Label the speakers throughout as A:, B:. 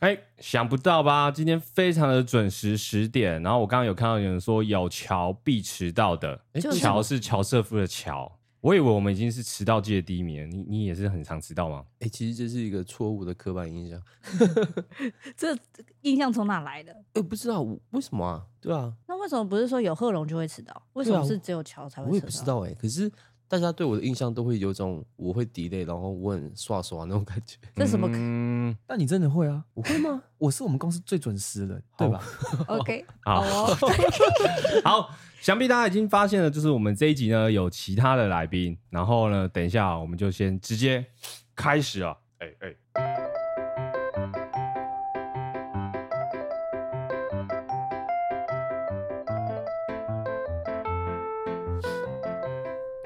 A: 哎，想不到吧？今天非常的准时十点。然后我刚刚有看到有人说有桥必迟到的，哎，
B: 就是
A: 桥是乔瑟夫的乔。我以为我们已经是迟到界的第一名了，你你也是很常迟到吗？
C: 哎、其实这是一个错误的刻板印象。
B: 这这印象从哪来的？
C: 哎、不知道我为什么啊？对啊，
B: 那为什么不是说有贺龙就会迟到？为什
C: 对
B: 么
C: 啊
B: 是只有乔才
C: 我
B: 会
C: 也
B: 迟
C: 不知
B: 到？
C: 道哎、可是大家对我的印象都会有种我会 delay，然后我很刷刷那种感觉。
B: 这什么
A: 嗯，
D: 但你真的会啊？
C: 我会吗？
D: 我是我们公司最准时的人，对吧？
B: ？OK，
A: 好
B: 哦，
A: 好，想必大家已经发现了，就是我们这一集呢有其他的来宾。然后呢，等一下我们就先直接开始啊。哎哎，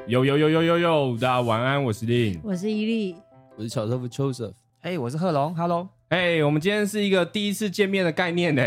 A: 有有有有有有，大家晚安，我是令。
B: 我是伊利，
C: 我是乔瑟夫 Joseph。哦
D: 哎、我是贺龙，Hello，
A: 哎、我们今天是一个第一次见面的概念呢，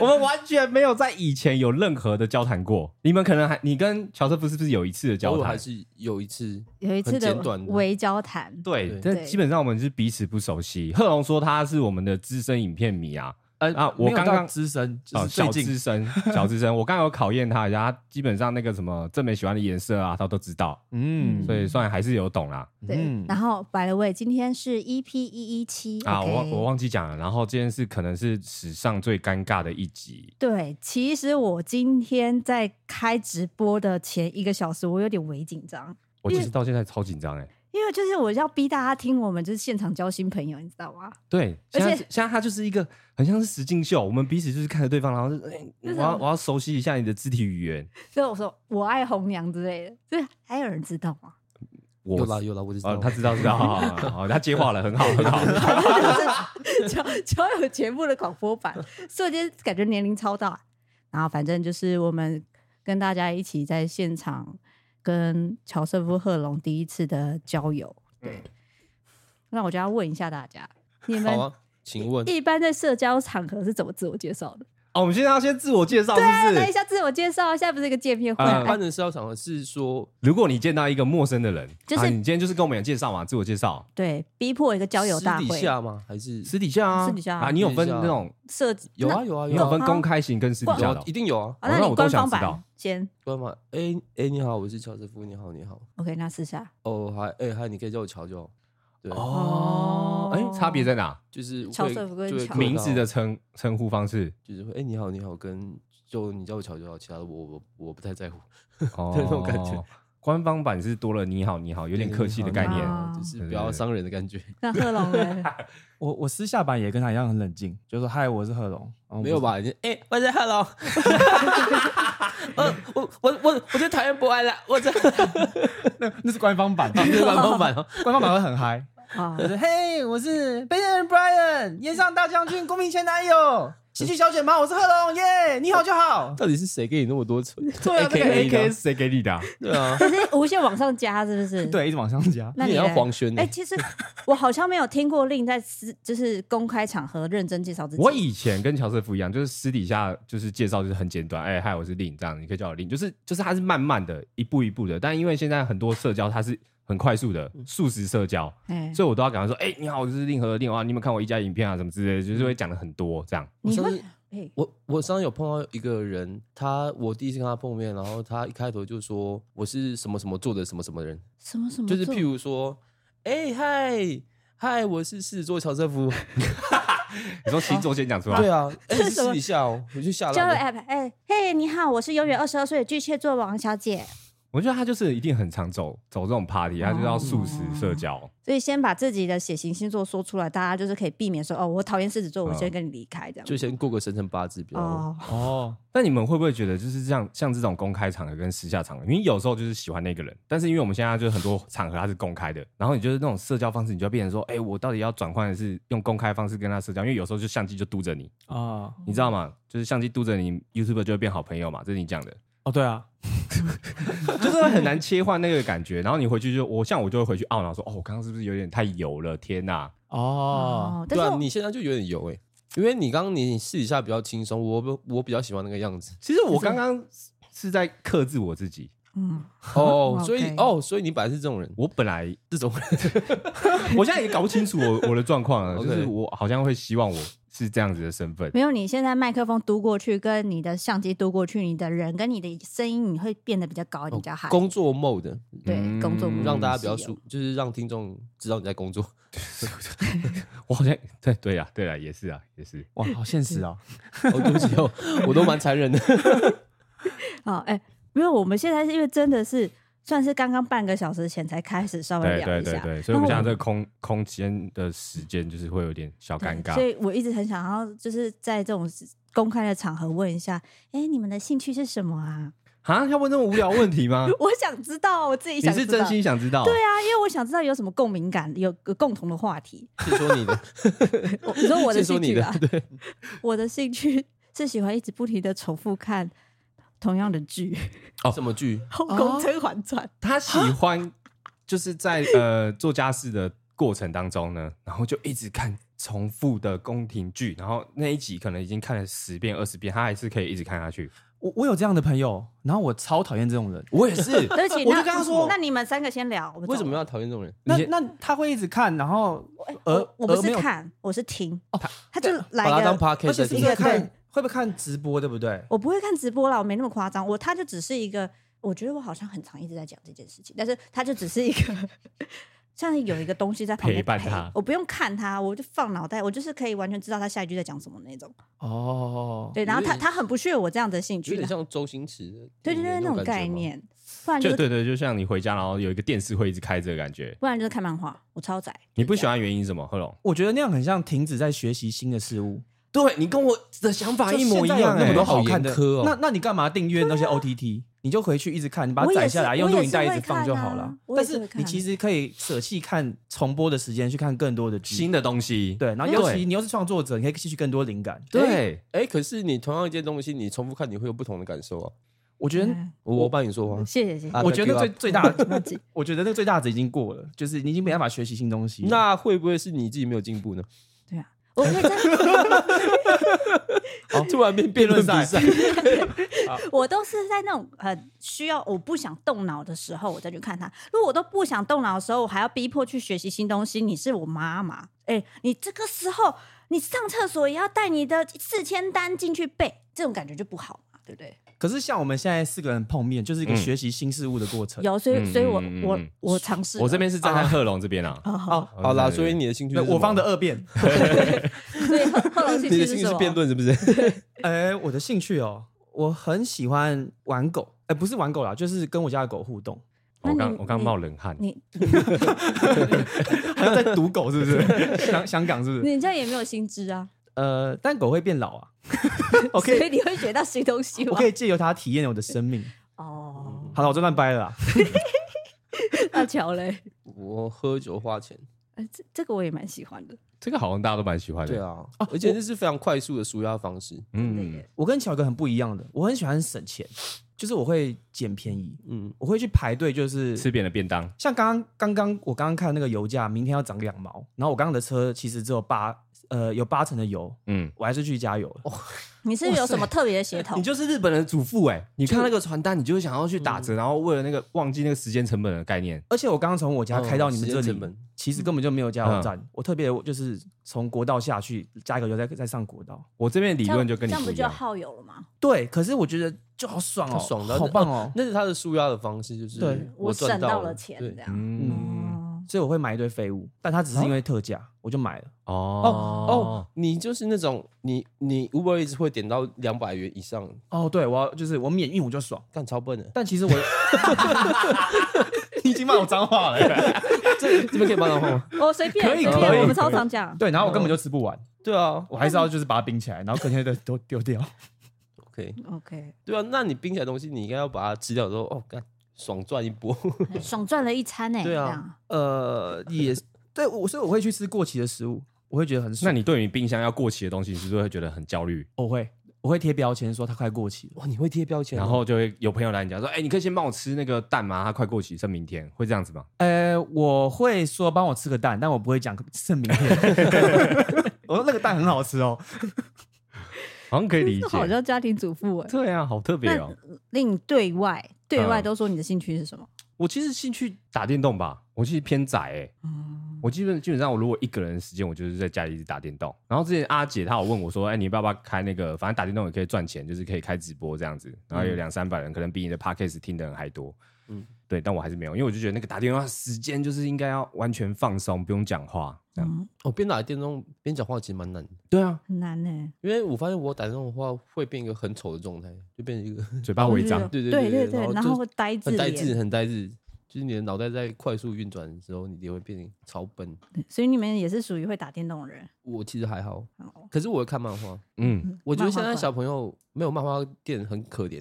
A: 我们完全没有在以前有任何的交谈过。你们可能还，你跟乔瑟夫是不是有一次的交
C: 偶尔
A: 谈
C: 还？是有一次，
B: 有一次
C: 很
B: 的
C: 简短的
B: 微交谈，
A: 对，
C: 对
A: 但
B: 对
A: 基本上我们是彼此不熟悉。贺龙说他是我们的资深影片迷啊，
D: 呃
A: 啊我
D: 没有
A: 刚
D: 到
A: 刚
D: 资深，就
A: 哦，
D: 是
A: 小
D: 最近
A: 资深，小资深。我刚刚有考验他一下，他基本上那个什么正美喜欢的颜色啊，他都知道，
D: 嗯
A: 所以算还是有懂啦。
C: 嗯
B: 对。然后，by the way，今天是 EP 一一七
A: 啊，我忘我忘记讲了。然后这件事可能是史上最尴尬的一集。
B: 对，其实我今天在开直播的前一个小时，我有点微紧张，
A: 我其实到现在超紧张哎、
B: 因为就是我要逼大家听我们就是现场交新朋友，你知道吗？
A: 对，
B: 而
A: 现在
B: 且
A: 现在他就是一个很像是实境秀，我们彼此就是看着对方，然后是、哎
B: 那
A: 我要
B: 种
A: 我要熟悉一下你的肢体语言。
B: 所以我说我爱红娘之类的，所以还有人知道吗？
A: 我
C: 有啦有啦，我知道。
A: 哦，他知道知道，好好好好，他接话了，很好很好。
B: 乔乔有节目的广播版，所以我今天感觉年龄超大。然后反正就是我们跟大家一起在现场跟乔瑟夫·贺龙第一次的交友。对，那我就要问一下大家，你
C: 好
B: 们
C: 啊，请问
B: 一般在社交场合是怎么自我介绍的？
A: 哦，我们现在要先自我介绍，是哦
B: 啊，
A: 不
B: 来一
A: 是？
B: 下自我介绍，现在不是一个见面会，
A: 呃
C: 一
B: 哎
C: 般人社交场合是说
A: 如果你见到一个陌生的人，
B: 就是
A: 啊你今天就是跟我们有介绍嘛，自我介绍，
B: 对，逼迫一个交友大
C: 私
B: 会
C: 底，下吗？还是
A: 私底下啊，
B: 私底下啊
A: 啊，你有分那种，
B: 社
C: 有
B: 那
C: 啊有啊
A: 你
C: 有
A: 有
C: 啊
A: 分公开型跟私底
C: 有
A: 下
C: 啊
A: 的，
C: 一定有啊。
B: 啊，
A: 哦那
B: 那
A: 我
B: 你
A: 都
B: 官
A: 想
B: 方
A: 知道
B: 版先
C: 干嘛？哎哎，你好，我是乔瑟夫，你好你好。
B: OK，那私下
C: 哦嗨哎嗨，你可以叫我乔就好。对，
A: 哦，哎，差别在哪？
C: 就是会
B: 乔瑟夫跟
C: 就会
B: 乔
C: 刻到
A: 名字的称称呼方式，
C: 就是会哎你好你好，跟就你叫我乔就好，其他的我我我不太在乎。
A: 哦
C: 这种感觉。
A: 官方版是多了你好你好，有点客气的概
C: 对
A: 念
C: 你
B: 啊
C: 好你好就是不要伤人的感觉。
B: 那贺龙呢？
D: 我我私下版也跟他一样很冷静，就说嗨，我是贺龙，然
E: 嗯
D: 后
C: 没有
D: 我
C: 吧？你哎，我在 hello，呃我我我我最讨厌不安了，我在
D: 是？那是官方 版，
C: 你是官方版哦。
D: 官方版会很嗨。
B: 啊
D: 我，说嘿，我是北京人 Brian，烟上大将军，公民前男友，喜剧小卷毛，我是贺龙，耶，你好就好。
C: 到底是谁给你那么多存？
A: 对啊，这个
C: AKA
A: AK
C: 呢
A: 是谁给你的啊？
C: 对啊，
B: 这是无限往上加，是不 是？。
D: 对，一直往上 加。
B: 那
C: 你
B: 你
C: 也要
B: 嘞
C: 黄轩呢
B: 哎、？其实我好像没有听过令在私，就是公开场合认真介绍自己。
A: 我以前跟乔瑟夫一样，就是私底下就是介绍就是很简短，哎、嗨，我是令，这样你可以叫我令，就是就是他是慢慢的，一步一步的。但因为现在很多社交它是很快速的，速食社交，
B: 哎、
A: 所以我都要赶快说，哎、你好，我是令和令啊，你有没有看我一家影片啊什么之类的，就是会讲的很多这样。
C: 我
B: 你
C: 上
B: 会
C: 次
B: 哎
C: 我我上次有碰到一个人，他我第一次跟他碰面，然后他一开头就说我是什么什么做的什么什么人，
B: 什么什么
C: 就
B: 座？
C: 是譬如说，哎嗨嗨，我是狮子座乔瑟夫。
A: 你说星座先讲出来，
C: 对啊，哎 是
B: 这是什么
C: 私底下哦，我就吓
B: 交
C: 到
B: 友
C: 了。
B: app，哎、嘿，你好，我是永远二十二岁的巨蟹座王小姐。
A: 我觉得他就是一定很常走走这种 party，他就是要速食社交。
B: 所以先把自己的血型星座说出来，大家就是可以避免说哦，我讨厌狮子座，我先跟你离开这样。
C: 就先过个生辰八字比较。
B: 哦，
D: 哦，
A: 但你们会不会觉得就是这样，像这种公开场合跟私下场合，因为有时候就是喜欢那个人，但是因为我们现在就是很多场合它是公开的，然后你就是那种社交方式，你就要变成说，哎、我到底要转换的是用公开方式跟他社交，因为有时候就相机就嘟着你，
E: 哦
D: 啊，
A: 你知道吗？就是相机嘟着你，YouTube 就会变好朋友嘛，这是你讲的，
D: 哦，对啊，
A: 就是会很难切换那个感觉。然后你回去就我像我就会回去懊恼说，哦，我刚刚是不是有点太油了？天呐、
D: 哦，
B: 哦，但
C: 对
B: 是
C: 啊，
B: 我
C: 你现在就有点油哎、因为你刚刚你私底 下比较轻松，我我比较喜欢那个样子。
A: 其实我刚刚是在克制我自己，
B: 嗯，
C: 哦，
B: OK
C: 所以哦，所以你本来是这种人，
A: 我本来
C: 这种人
A: 我现在也搞不清楚我 我的状况了，就是
C: OK
A: 我好像会希望我是这样子的身份。
B: 没有，你现在麦克风嘟过去，跟你的相机嘟过去，你的人跟你的声音，你会变得比较高，你比较嗨。
C: 哦工作 mode，
B: 对
A: 嗯
B: 工作模式
C: 让大家比较
B: 有
C: 舒，就是让听众知道你在工作。
A: 我好像对对呀、对呀、也是啊，也是。
E: 哇，好现实哦！
C: 哦，对不起哦，我都蛮残忍的。
B: 好，哎、因为我们现在是因为真的是算是刚刚半个小时前才开始稍微
A: 对
B: 聊
A: 对
B: 一下，
A: 对对，所以我们现
B: 然
A: 在
B: 后
A: 这个空空间的时间就是会有点小尴
B: 所
A: 尬。
B: 以我一直很想要就是在这种公开的场合问一下，哎、你们的兴趣是什么啊？
A: 啊，要问这么无聊问题吗？
B: 我想知道，我自己
A: 你
B: 想知道
A: 是真心想知道？哦
B: 对啊，因为我想知道有什么共鸣感，有有共同的话题。
C: 先说你的，
B: 我你说我 的
C: 先说
B: 兴
C: 你
B: 趣
C: 的
B: 啊，，
C: 对，
B: 我的兴趣是喜欢一直不停的重复看同样的剧，哦
C: 哦，什么剧？
B: 《后宫甄嬛传》
A: 他喜欢就是在呃做家事的过程当中呢，然后就一直看重复的宫廷剧，然后那一集可能已经看了十遍二十遍，他还是可以一直看下去。
E: 我我有这样的朋友，然后我超讨厌这种人。
A: 我也是，
B: 对不起，
E: 我就
B: 那
E: 跟他说
B: 那你们三个先聊，我们
C: 为什
B: 走
C: 么要讨厌这种人？
E: 那
A: 你先
E: 那他会一直看，然后而
B: 我我不
E: 而没
B: 是
E: 有，
B: 看，我是听，
E: 哦
B: 他就
C: 把
B: 来
C: 他当
B: 个，
E: 而
C: podcast 在
E: 且是
C: 听
E: 不
B: 一个
E: 是
B: 对
E: 看会不会看直播，对不对？
B: 我不会看直播啦，我没那么夸张，我他就只是一个，我觉得我好像很常一直在讲这件事情，但是他就只是一个。 像是有一个东西在旁边
A: 陪伴他
B: 我不用看他，我就放脑袋，我就是可以完全知道他下一句在讲什么那种。
E: 哦，
B: 对，然后他
C: 有点
B: 他很不屑我这样的兴
C: 有
B: 趣啦，
C: 点像周星驰的，
B: 对对对，那种
C: 感觉吗
B: 概。念。不然
A: 就
B: 就
A: 是对对，就像你回家然后有一个电视会一直开着的感觉。
B: 不然就是看漫画，我超宅。
A: 你不
B: 就这
A: 喜
B: 样？
A: 欢原因是什么？贺龙，
E: 我觉得那样很像停止在学习新的事物。
A: 对你跟我的想法
E: 就
A: 一模一
E: 现在有
A: 样、
E: 那么多
A: 欸。
E: 好看的
C: 好严苛哦
E: 那那你干嘛订阅那些 OTT？你就回去一直看，你把它
B: 我也
E: 载
B: 是
E: 下来，用录影带一直放就好了。
B: 我也
E: 但
B: 是会看啊
E: 是你其实可以舍弃看重播的时间，去看更多的
C: 嗯
E: 剧。
A: 新的东西，
E: 对，然后尤其你又是创作者，你可以吸取更多灵感。
A: 对
C: 哎哎，可是你同样一件东西，你重复看，你会有不同的感受啊。
E: 我觉得，
B: 嗯
C: 我我帮你说话，
B: 谢谢谢谢
C: 啊。
E: 我觉得
C: thank
E: 最
C: you
E: 最大的，
B: 忘记
E: 我觉得那个最大的已经过了，就是你已经没办法学习新东西了。
C: 那会不会是你自己没有进步呢？
B: 对啊，我可以 在，
C: 哦， 突然变辩论比
E: 辩论
C: 赛，
B: 我都是在那种很需要我不想动脑的时候，我再去看它。如果我都不想动脑的时候，我还要逼迫去学习新东西，你是我妈妈，哎、你这个时候你上厕所也要带你的四千单进去背，这种感觉就不好嘛，对不对？
E: 可是像我们现在四个人碰面，就是一个
A: 嗯
E: 学习新事物的过程。
B: 有，所以所以我
A: 呃嗯嗯嗯
B: 我
A: 嗯
B: 我尝试了，
A: 我这边是站在贺龙这边啊。
E: 哦，
C: 好啦，所以你的兴趣是
E: 那
C: 什么，
E: 我方的恶变。
B: 所以后后来兴
C: 你
B: 趣
C: 的
B: 是
C: 兴趣
B: 什
C: 是
B: 么？
C: 辩论是不是？
E: 哎，我的兴趣哦，我很喜欢玩狗。哎，不是玩狗啦，就是跟我家的狗互动，
A: 我
B: 那
A: 刚
B: 你
A: 我刚冒冷汗，
B: 你
E: 还要在赌狗是不是？ 香香港是不是？
B: 你这样也没有薪资啊，
E: 呃，但狗会变 老啊。我可
B: 所
E: 以，
B: 以你会学到新东西
E: 我
B: 吗
E: 可？以借由它体验我的生命。
B: 哦，
E: 好了，我就乱掰了啦。
B: 那乔嘞，
C: 我喝酒花钱，
B: 呃这这个我也蛮喜欢的，
A: 这个好像大家都蛮喜欢的。
C: 对，啊，而且这是非常快速的舒压方式。
B: 真的
A: 嗯
B: 耶，
E: 我跟乔哥很不一样的，我很喜欢省钱，就是我会捡便宜，
C: 嗯，
E: 我会去排队，就是
A: 吃遍了便当，
E: 像刚刚刚刚我刚刚看那个油价，明天要涨两毛，然后我刚刚的车其实只有八呃有八成的油，
A: 嗯，
E: 我还是去加油了。
B: 你是不是有什么特别的协同？
A: 就是日本人的主妇哎，你看那个传单，你就会想要去打折，然后为了那个忘记那个时间成本的概念，
E: 而且我刚刚从我家开到你们这
C: 哦时间成
E: 里
C: 本，嗯
E: 其实根本就没有加油站，我特别就是从国道下去加一个油再再上国道。
A: 我这边理
B: 这
A: 论
B: 样
A: 就跟你
B: 这样
A: 不
B: 不
A: 一
B: 就
A: 样。
B: 耗油了吗？
E: 对，可是我觉得就好爽哦，
C: 好爽的
E: 好棒哦，
C: 那是他的舒压的方式，就是
E: 对
B: 我
C: 赚
B: 省
C: 到
B: 了钱，
C: 对
B: 这，样。
A: 嗯，
B: 哦，
E: 所以我会买一堆废物，但它只
C: 啊
E: 是因为特价，我就买了。
A: 哦
C: 哦
A: 哦，
C: 你就是那种你你 Uber 一直会点到两百元以上，
E: 哦，对，我要就是我免运我就爽，。
C: 干超笨的
E: 但其实我你已经骂我脏话 了。
C: 这这边可以帮到话吗？
B: 我随便，
E: 可以
B: 随
E: 可以
B: 便，我
E: 可
B: 们
E: 以
B: 超常讲。
E: 对，然后我根本就吃不完，
C: 对啊
E: 我还是要就是把它冰起来，然后肯定都都丢掉。
C: ，OK，
B: OK，
C: 对啊，那你冰起来的东西，你应该要把它吃掉之后，哦，干爽赚一波。
B: 爽赚了一餐呢。
C: 对啊
B: 这样，
E: 呃，也是 对我，所以我会去吃过期的食物，我会觉得 很
A: 那
E: 爽。
A: 你对于冰箱要过期的东西，你是不是会觉得很焦虑？
E: 我会我会贴标签说它快过期了。
C: 哇，你会贴标签哦，
A: 然后就会有朋友来你家说：“哎、你可以先帮我吃那个蛋吗？它快过期，剩明天。”会这样子吗？
E: 呃，我会说帮我吃个蛋，但我不会讲剩明天。 我说那个蛋很好吃哦。
A: 好像可以理
B: 这
A: 解。
B: 好像家庭主妇哎。
A: 对啊，好特别
B: 那
A: 哦。
B: 另对外对外
A: 嗯
B: 都说你的兴趣是什么？
A: 我其实兴趣打电动吧，我其实偏宅哎、
B: 嗯，
A: 我基本基本上，我如果一个人的时间，我就是在家里一直打电动。然后之前阿姐她有问我说：“哎、你爸爸开那个，反正打电动也可以赚钱，就是可以开直播这样子。”然后有两三百人，可能比你的 podcast 听的人还多。嗯
C: 嗯，
A: 对，但我还是没有，因为我就觉得那个打电话时间就是应该要完全放松，不用讲话。这样、
B: 嗯
C: 哦，边打电动边讲话其实蛮难的，
A: 对啊，
B: 很难呢。
C: 因为我发现我打电动的话会变一个很丑的状态，就变成一个
A: 嘴巴违章。
C: 哦对
B: 对
C: 对
B: 对
C: 对对
B: 对，然
C: 然后就
B: 后呆滞
C: 很呆滞，
B: 脸，
C: 很呆滞，就是你的脑袋在快速运转的时候，你也会变成超笨。
B: 对所以你们也是属于会打电动的人。
C: 我其实还好，
B: 哦
C: 可是我会看漫画。
A: 嗯，
C: 我觉得现
B: 漫
C: 在
B: 画
C: 小朋友没有漫画店很可怜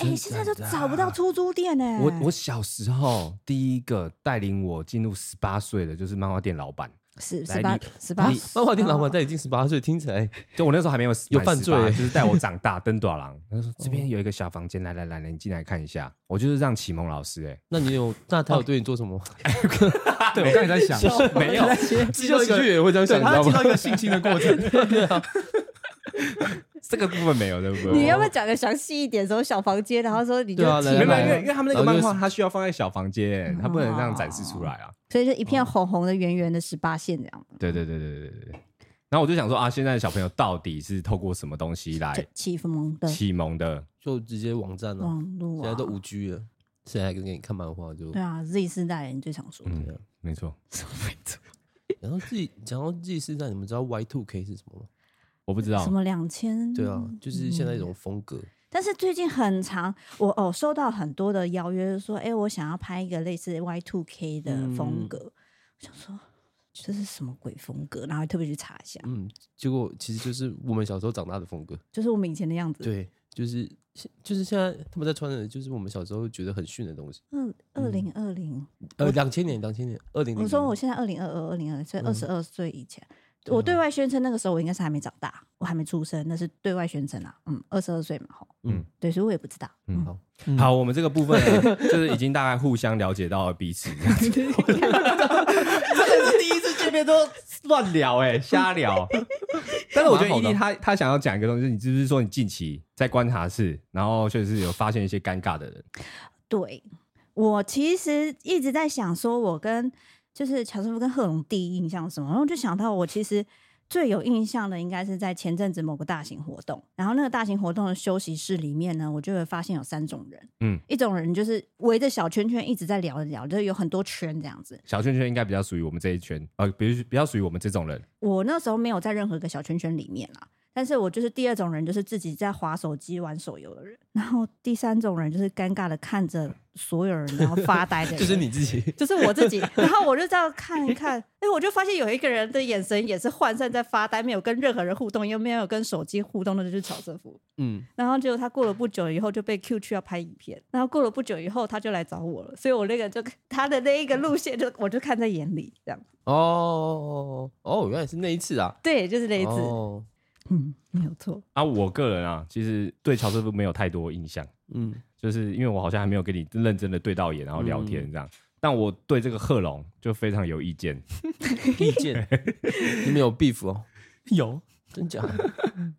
C: 哎、
B: 哎，现在都找不到出租店
C: 嗯
B: 呢。
A: 我我小时候第一个带领我进入十八岁的就是漫画店老板，
B: 十
A: 来
B: 十八
A: 你
B: 十八
C: 你，漫画店老
B: 哦
C: 板在已经十八岁，听起来
A: 就我那时候还没有
C: 有
A: 满
C: 犯
A: 18
C: 罪欸
A: 就是带我长大登短廊。他说这边有一个小房间，来来来来，你进来看一下。我就是让启蒙老师哎、
C: 那你有那他有对你做什么？
E: 对我刚才在想，
A: 没有，
C: 肌肉喜剧也会这样想，
E: 对
C: 你知道吗？
E: 他进
C: 啊
E: 到一个性侵的 过程，
A: 这个部分没有，对不对？
B: 你要不要讲的详细一点？什么小房间，然后说你就
C: 对啊
B: 提
C: 来
A: 没
C: 来
A: 有，没有
C: 来
A: 因为因为他们那个
C: 然
A: 漫
C: 后
A: 画，它需要放在小房间，它不能这样展示出来啊。
B: 所以就一片红红的、圆圆的十八线这样。
A: 对对对对对对对。然后我就想说啊，现在的小朋友到底是透过什么东西来
B: 就启蒙的
A: 启蒙的？
C: 就直接网站了、啊，
B: 网络、
C: 现在
B: 啊，
C: 都五 G 了，谁还给你看漫画就
B: 对？啊，Z 世代人最常说的，
A: 嗯，没错，
C: 然后自己讲到自己是在你们知道 Y two K 是什么吗？
A: 我不知道
B: 什。么两千，
C: 对啊，就是现在一
B: 嗯
C: 种风格，
B: 但是最近很长，我哦收到很多的邀约，就说哎、诶我想要拍一个类似 Y two K 的
C: 嗯
B: 风格，我想说这是什么鬼风格，然后特别去查一下，
C: 嗯，结果其实就是我们小时候长大的风格，
B: 就是我们以前的样子。
C: 对，就是现就是现在他们在穿的，就是我们小时候觉得很逊的东西。
B: 二二零二零，
C: 呃，两千年，两千年，二零零，
B: 我说我现在二零二二、二零二，所以二
C: 嗯
B: 十二岁以前，
C: 啊
B: 我对外宣称那个时候我应该是还没长大，我还没出生，那是对外宣称啊，嗯，二十二岁嘛，吼，
C: 嗯
B: 嗯，对，所以我也不知道，
A: 嗯
B: 嗯，
C: 好，
A: 好，我们这个部分呢就是已经大概互相了解到了彼此，
E: 真的是第一次见面都
A: 乱聊哎，瞎聊。 但是我觉得
C: 蛮好
A: 伊
C: 的
A: 利他他想要讲一个东西，就是你是不是说你近期在观察室，然后确实是有发现一些尴尬的人？
B: 对我其实一直在想，说我跟就是乔师傅跟贺龙第一印象是什么，然后我就想到我其实最有印象的应该是在前阵子某个大型活动，然后那个大型活动的休息室里面呢，我就会发现有三种人，
A: 嗯，
B: 一种人就是围着小圈圈一直在聊着聊，就是有很多圈这样子。
A: 小圈圈应该比较属于我们这一圈，呃，比如比较属于我们这种人。
B: 我那时候没有在任何一个小圈圈里面啦。但是我就是第二种人，就是自己在划手机玩手游的人，然后第三种人就是尴尬的看着所有人然后发呆的 人，
C: 就是你自己，
B: 就是我自 己。然后我就这样看一看，哎、我就发现有一个人的眼神也是涣散在发呆，没有跟任何人互动，又没有跟手机互动的，就是乔瑟夫。
C: 嗯，
B: 然后结果他过了不久以后就被 Q 去要拍影片，然后过了不久以后他就来找我了，所以我那个就他的那一个路线就我就看在眼里，这样
C: 哦哦，原来是那一次啊，
B: 对，就是那一次，
C: 哦，
B: 嗯，没有错，
A: 啊，我个人啊，其实对乔瑟夫没有太多印象，
C: 嗯，
A: 就是因为我好像还没有跟你认真的对到眼，然后聊天这样。但我对这个贺龙就非常有意见，
C: 意见，你们有 beef 哦，
E: 有，
C: 真假？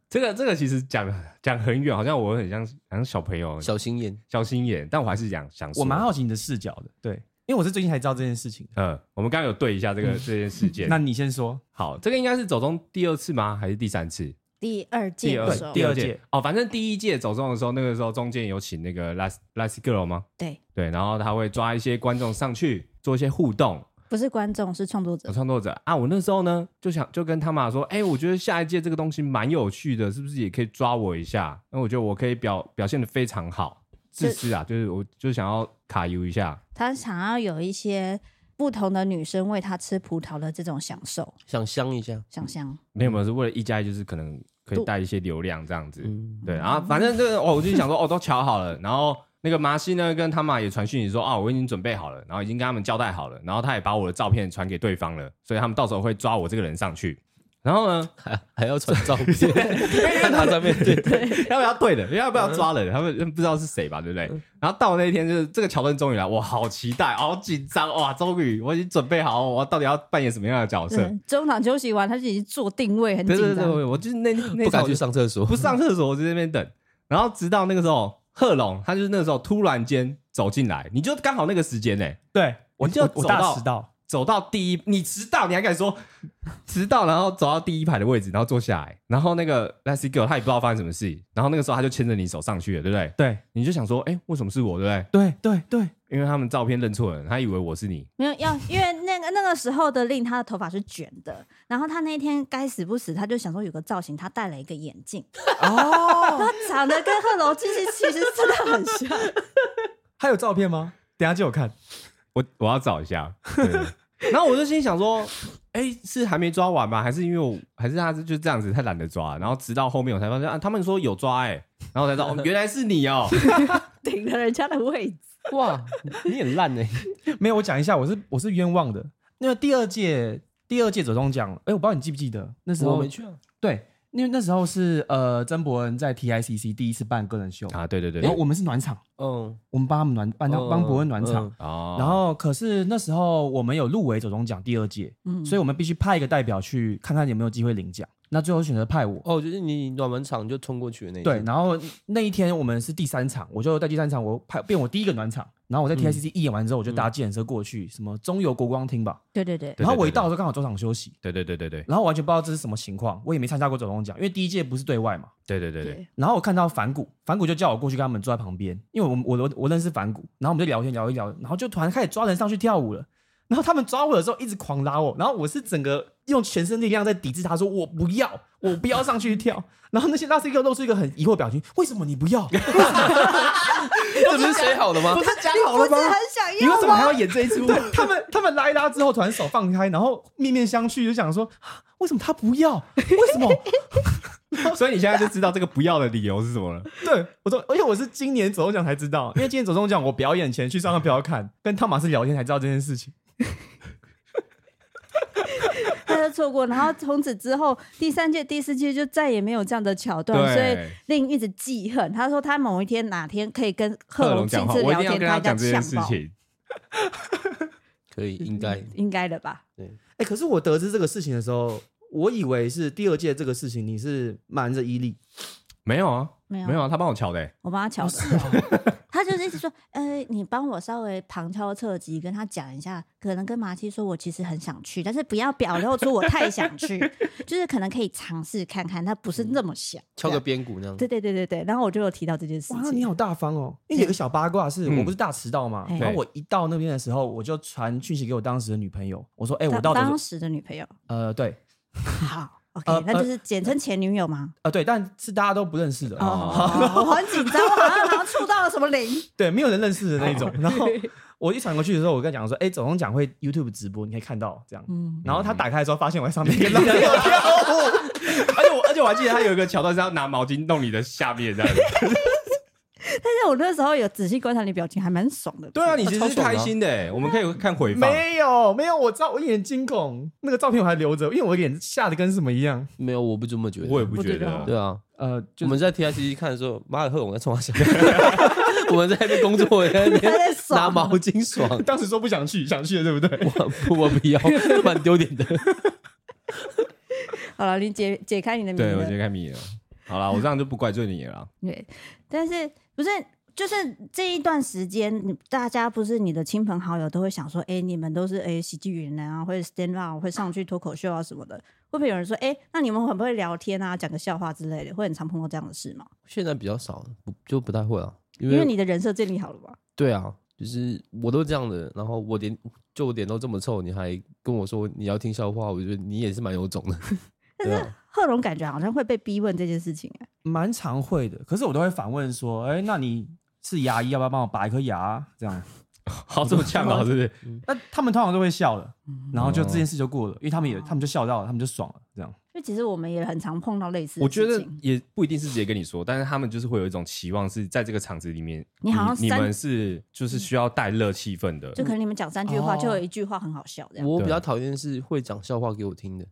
A: 这个这个其实讲讲很远，好像我很像好像小朋友小
C: 小心眼，
A: 小心眼，但我还是想想说
E: 我蛮好奇你的视角的，对，因为我是最近才知道这件事情的。
A: 嗯，我们刚刚有对一下这个这件事件。
E: 那你先说，
A: 好，这个应该是走中第二次吗？还是第三次？
B: 第二
A: 第
B: 届
A: 二
B: 的时候，
A: 第二
E: 第二
A: 届
E: 届
A: 哦，反正第一届走中的时候，那个时候中间有请那个 Last Last Girl 吗？
B: 对，
A: 对，然后他会抓一些观众上去做一些互动，
B: 不是观众是创作者
A: 有，创作者啊，我那时候呢就想就跟他妈说，哎、我觉得下一届这个东西蛮有趣的，是不是也可以抓我一下？那我觉得我可以表表现的非常好，自私啊，就是我就想要卡油一下，
B: 他想要有一些不同的女生喂他吃葡萄的这种享受，
C: 想香一下，
B: 想象
A: 没有没有是为了一加一，就是可能可以
B: 对
A: 带一些流量这样子，
C: 嗯，
A: 对，然后反正这个哦，我就想说哦，都瞧好了，然后。那个麻西呢，跟他妈也传讯息说啊，我已经准备好了，然后已经跟他们交代好了，然后他也把我的照片传给对方了，所以他们到时候会抓我这个人上去。然后呢，
C: 还还要传照片，拿照片， 对对，
A: 要不要对的？要不要抓
C: 嗯
A: 人？他们不知道是谁吧，对不对？然后到那一天，就是这个桥段终于来，我好期待，好紧张哇！终于，我已经准备好，我到底要扮演什么样的角色？
C: 嗯
B: 对，中场休息完，他就已经做定位，很
A: 对
B: 紧
A: 对对，
B: 张。
A: 对我就是那那
C: 不
A: 场
C: 敢
A: 我
C: 去
A: 就
C: 上厕所
A: 不，上厕所，我就在那边等。然后直到那个时候，贺龙他就是那个时候突然间走进来，你就刚好那个时间呢、
E: 对我
A: 你就
E: 我我
A: 走
E: 大
A: 到
E: 迟到，
A: 走到第一，你迟到，你还敢说 迟到，然后走到第一排的位置，然后坐下来，然后那个 Let's Go 他也不知道发生什么事，然后那个时候他就牵着你手上去了，对不对？
E: 对
A: 你就想说，哎、为什么是我，对不对？
E: 对对对，
A: 因为他们照片认错人，他以为我是你，
B: 没有要，因为那个那个时候的令他的头发是卷的，然后他那天该死不死，他就想说有个造型，他戴了一个眼镜，
E: 哦，
B: 他长得跟贺龙其实其实真的很像。
E: 还有照片吗？等一下借我看。
A: 我我要找一下。 对然后我就心里想说，哎、是还没抓完吗？还是因为我还是他是就这样子太懒得抓，然后直到后面我才发现啊，他们说有抓哎、然后我才知道、哦、原来是你哦、
B: 顶了人家的位置。
C: 哇，你你很烂欸呢、
E: 没有，我讲一下，我是我是冤枉的，因为第二届第二届走中奖，哎，我不知道你记不记得那时
C: 我
E: 候
C: 没去啊，
E: 对，因为那时候是呃曾伯恩在 TICC 第一次办个人秀，
A: 啊，对对对
E: 然后我们是暖场，
C: 嗯，
E: 我们帮他们暖帮他帮伯恩暖场，
C: 嗯，
A: 哦，
E: 然后可是那时候我们有入围走中奖第二届，
B: 嗯
E: 所以我们必须派一个代表去看看有没有机会领奖。那最后选择派我。
C: 哦，就是你暖完场就冲过去的那一
E: 对，
C: 次，
E: 然后那一天我们是第三场，我就在第三场我派变我第一个暖场，然
C: 嗯
E: 后我在 TICC 一演完之后，我就搭计程车过去，什么中油国光厅吧，
B: 对对对，
A: 对
E: 然后我一到的时候刚好中场休息，
A: 对对对对对
E: 然后我完全不知道这是什么情况，我也没参加过走中奖，因为第一届不是对外嘛。
A: 对对对对，
E: 然后我看到反骨，反骨就叫我过去跟他们坐在旁边，因为我我我我认识反骨，然后我们就聊天聊一聊，然后就突然开始抓人上去跳舞了。然后他们抓我的时候一直狂拉我，然后我是整个用全身力量在抵制他，说我不要，我不要上去跳。 然后那些那是一个露出一个很疑惑的表情，为什么你不要？
C: 这不是谁好的吗？
E: 不是讲好了
B: 不
E: 吗
B: 是？很想
E: 你为
B: 要
E: 什么还
B: 吗？
E: 要演这一出？对 他们他们拉一拉之后，突然手放开，然后面面相觑，就想说啊为什么他不要？为什么？
A: 所以你现在就知道这个不要的理由是什 么了。
E: 对，我说，而且我是今年走中奖才知道，因为今年走中奖我表演前去上上表看，跟汤马斯聊天才知道这件事情。
B: 他就错过，然后从此之后，第三届、第四届就再也没有这样的桥段，啊所以
A: 对，
B: 令一直记恨。他说他某一天哪天可以跟
A: 贺
B: 贺
A: 龙
B: 龙亲
A: 讲话，
B: 自
A: 我一
B: 聊
A: 定要
B: 天，
A: 跟他
B: 他一定
A: 讲这件
B: 要
A: 事
B: 呛爆，
A: 情。
C: 可以，应该
B: 应该的吧？
E: 哎、可是我得知这个事情的时候，我以为是第二届这个事情，你是瞒着伊利，
A: 没有啊，
B: 没有
A: 没有啊，他帮我瞧的欸。
B: 我帮他瞧的， 他就是一直说，呃，你帮我稍微旁敲侧击跟他讲一下，可能跟麻七说，我其实很想去，但是不要表露出我太想 去，就是可能可以尝试看看，他不是那么想。
C: 敲个边鼓那样。
B: 对对对对对，然后我就有提到这件事
E: 哇，
B: 情
E: 你。好大方哦！因为有个小八卦是，
A: 嗯
E: 我不是大迟到嘛，
B: 嘿
E: 然后我一到那边的时候，我就传讯息给我当时的女朋友，我说，哎、我
B: 当
E: 到
B: 当
E: 的，
B: 时的女朋友，
E: 呃，对，
B: 好，OK，、
E: 呃
B: 那就是简称前女友吗？
E: 呃，对，但是大家都不认识的，
B: 哦，我很紧张，我好像好像触到了什么灵。
E: 对，没有人认识的那种。然后我一传过去的时候，我跟他讲说，哎、走中奖会 YouTube 直播，你可以看到这样。
B: 嗯，
E: 然后他打开的时候，发现我在上 面跟老友跳舞，
A: 而且我而且我还记得他有一个桥段是要拿毛巾弄你的下面这样子。
B: 但是我那时候有仔细观察你表情，还蛮爽的。
A: 对啊，你其实
C: 超
A: 是
C: 爽的啊
A: 开心的欸，我们可以看回放。
E: 没有没有，我知道我一脸惊恐，那个照片我还留着，因为我脸吓得跟什么一样。
C: 没有，我不这么觉
A: 我也
C: 得。
A: 不觉得啊。
C: 对啊，
E: 呃，
C: 我
E: 就
C: 们在 TICC 看的时候，妈的，贺龙在冲他笑， 我们在那边工作，我在那
B: 他
C: 边
B: 在爽
C: 拿毛巾爽，
E: 当时说不想去，想去了，对不对？
C: 我我不要，蛮丢脸的。
B: 好了，你解解开你的谜
A: 对，我觉
B: 了。
A: 得看米了。好啦，我这样就不怪罪你了啦。
B: 对，但是不是就是这一段时间，你大家不是你的亲朋好友都会想说，哎、你们都是哎、喜剧演员啊，或者 stand up，会上去脱口秀啊什么的。会不会有人说，哎、那你们很不会聊天啊，讲个笑话之类的？会很常碰到这样的事吗？
C: 现在比较少，不就不太会了，因
B: 因为你的人设建立好了吧？
C: 对啊，就是我都这样的，然后我脸就我脸都这么臭，你还跟我说你要听笑话，我觉得你也是蛮有种 的。对啊，
B: 贺龙感觉好像会被逼问这件事情、哎
E: 蛮常会的，可是我都会反问说，哎、那你是牙医，要不要帮我拔一颗牙？这样，
A: 好，这么呛啊，是不是？
E: 那他们通常都会笑了，然后就这件事就过了，因为他们也他们就笑到了，他们就爽了，这样。
B: 就其实我们也很常碰到类似的
A: 我觉
B: 事
A: 得
B: 情
A: 也不一定是直接跟你说，但是他们就是会有一种期望，是在这个场子里面，
B: 你好像
A: 你
B: 三
A: 们是就是需要带热气氛的。
B: 就可能你们讲三句话，
E: 哦
B: 就有一句话很好笑这样。
C: 我
A: 对
C: 比
A: 啊
C: 较讨厌是会讲笑话给我听的，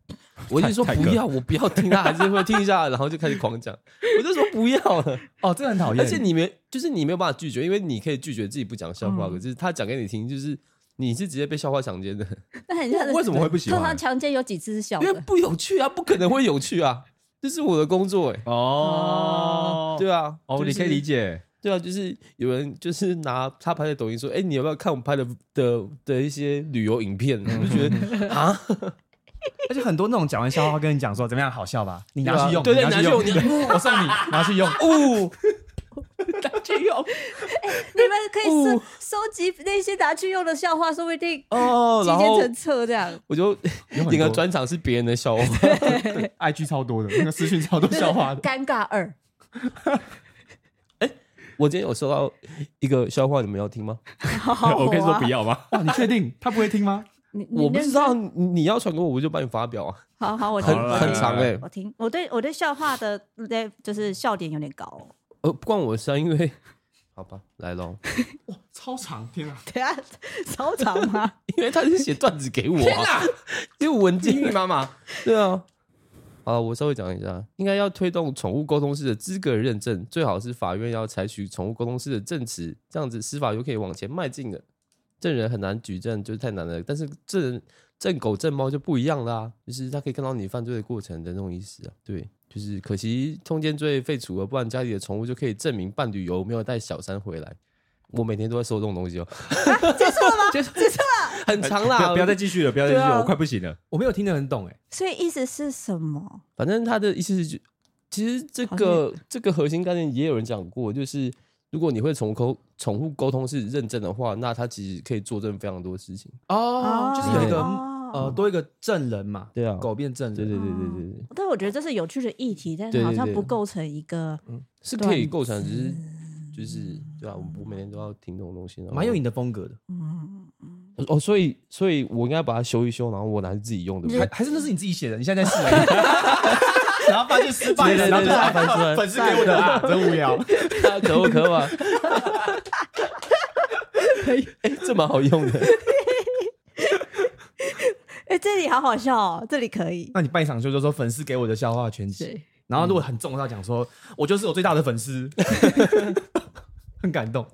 C: 我就说
A: 太
C: 不
A: 梗
C: 要，我不要听，他啊还是会听一下，然后就开始狂讲，我就说不要了。
E: 哦，这个很讨厌。
C: 而且你没，就是你没有办法拒绝，因为你可以拒绝自己不讲笑话，
B: 嗯
C: 可是他讲给你听，就是你是直接被笑话强奸的，
B: 那很像是
A: 为什么会不喜
B: 通
A: 欢
B: 常？强奸有几次是 笑
C: 因为
B: 的？
C: 不有趣啊，不可能会有趣啊，这是我的工作哎、
A: 哦，
C: 对啊，
A: 哦，
C: 就
A: 你可以
C: 是
A: 理解。
C: 对啊，就是有人就是拿他拍的抖音说，哎、你要不要看我拍的的的一些旅游影片？我就觉 得啊，
E: 而且很多那种讲完笑话跟你讲说怎么样好笑 吧，你拿去用，
C: 对啊对
E: 你啊拿去
C: 拿去用
E: 对 我送你，拿去 用。
C: 哦，
B: 你们可以收收集那些拿去用的笑话，说不定
C: 哦，
B: 集
C: 然
B: 结
C: 后
B: 成册这样。
C: 我就
E: 有很
C: 整个
E: 多
C: 专场是别人的 笑话，
E: IG 哎超多的，那个私讯超多笑 话的。
B: 尴尬二，
C: 我今天有收到一个笑话，你们要听吗？
A: 我可以说不
B: 要，
A: 要吗？
E: 哇，你确定他不会听吗？
B: 啊你你
C: 我不
B: 认
C: 知
B: 真
C: 道，你你要传给我，我就帮你发表啊，
B: 好好，我
A: 好
B: 听
C: 很
A: 了
B: 我
A: 来
C: 很
A: 来
B: 听，
C: 长
A: 来
C: 哎、
B: 我听。我对我对笑话的对就是笑点有点高哦。
C: 呃，不关我的事啊，因为 好吧，来喽，
E: 超长，天啊！
B: 等一下超长吗？
C: 因为他是写段子给我、啊， 因为文
A: 金
C: 静
A: 鱼妈妈，
C: 对啊。好，我稍微讲一下，应该要推动宠物沟通师的资格认证，最好是法院要采取宠物沟通师的证词，这样子司法就可以往前迈进了。证人很难举证，就是太难了。但是证人证狗证猫就不一样啦、就是他可以看到你犯罪的过程的那种意思啊。对，就是可惜通奸罪废除了，不然家里的宠物就可以证明伴侣有没有带小三回来。我每天都在收这种东西哦，
A: 啊
B: 结束 了吗？
C: 很长
A: 哎不
C: 啦，
A: 要不要再继续了，不要再继续
C: 对
A: 了，
C: 啊
A: 我快不行了。
E: 我没有听得很懂哎、
B: 所以意思是什么？
C: 反正他的意思是就，其实这
B: 好
C: 个这个核心概念也有人讲过，就是如果你会宠物沟宠物沟通是认证的话，那他其实可以作证非常多事情。
E: 哦就是有一个、
B: 哦
E: 呃多一个证人嘛，
C: 对啊
E: 狗变证人，
C: 对对对对
E: 哦
C: 对对，
B: 但我觉得这是有趣的议题，但
C: 对对
B: 是好像
C: 对
B: 不构成一个
C: 是可以
B: 段
C: 构成，只是就是对啊，我我每天都要听这种东西，然后
E: 蛮有你的风格的，
B: 嗯，
C: 哦，所以所以我应该把它修一修，然后我拿去自己用，对不
E: 还
C: 对？
E: 还是那是你自己写的，你现在在试而啊 已，然后发现失败了，
C: 对对对
E: 然后就
C: 对
E: 哎
C: 翻出来
E: 粉丝给我的啊，真无聊。啊
C: 可不可吧？ 哎，这蛮好用的，
B: 哎、这里好好笑哦，这里可以。
E: 那你办一场秀就说粉丝给我的笑话全集，
B: 对，
E: 然后如果很重的话讲说，我就是我最大的粉 丝，很感动。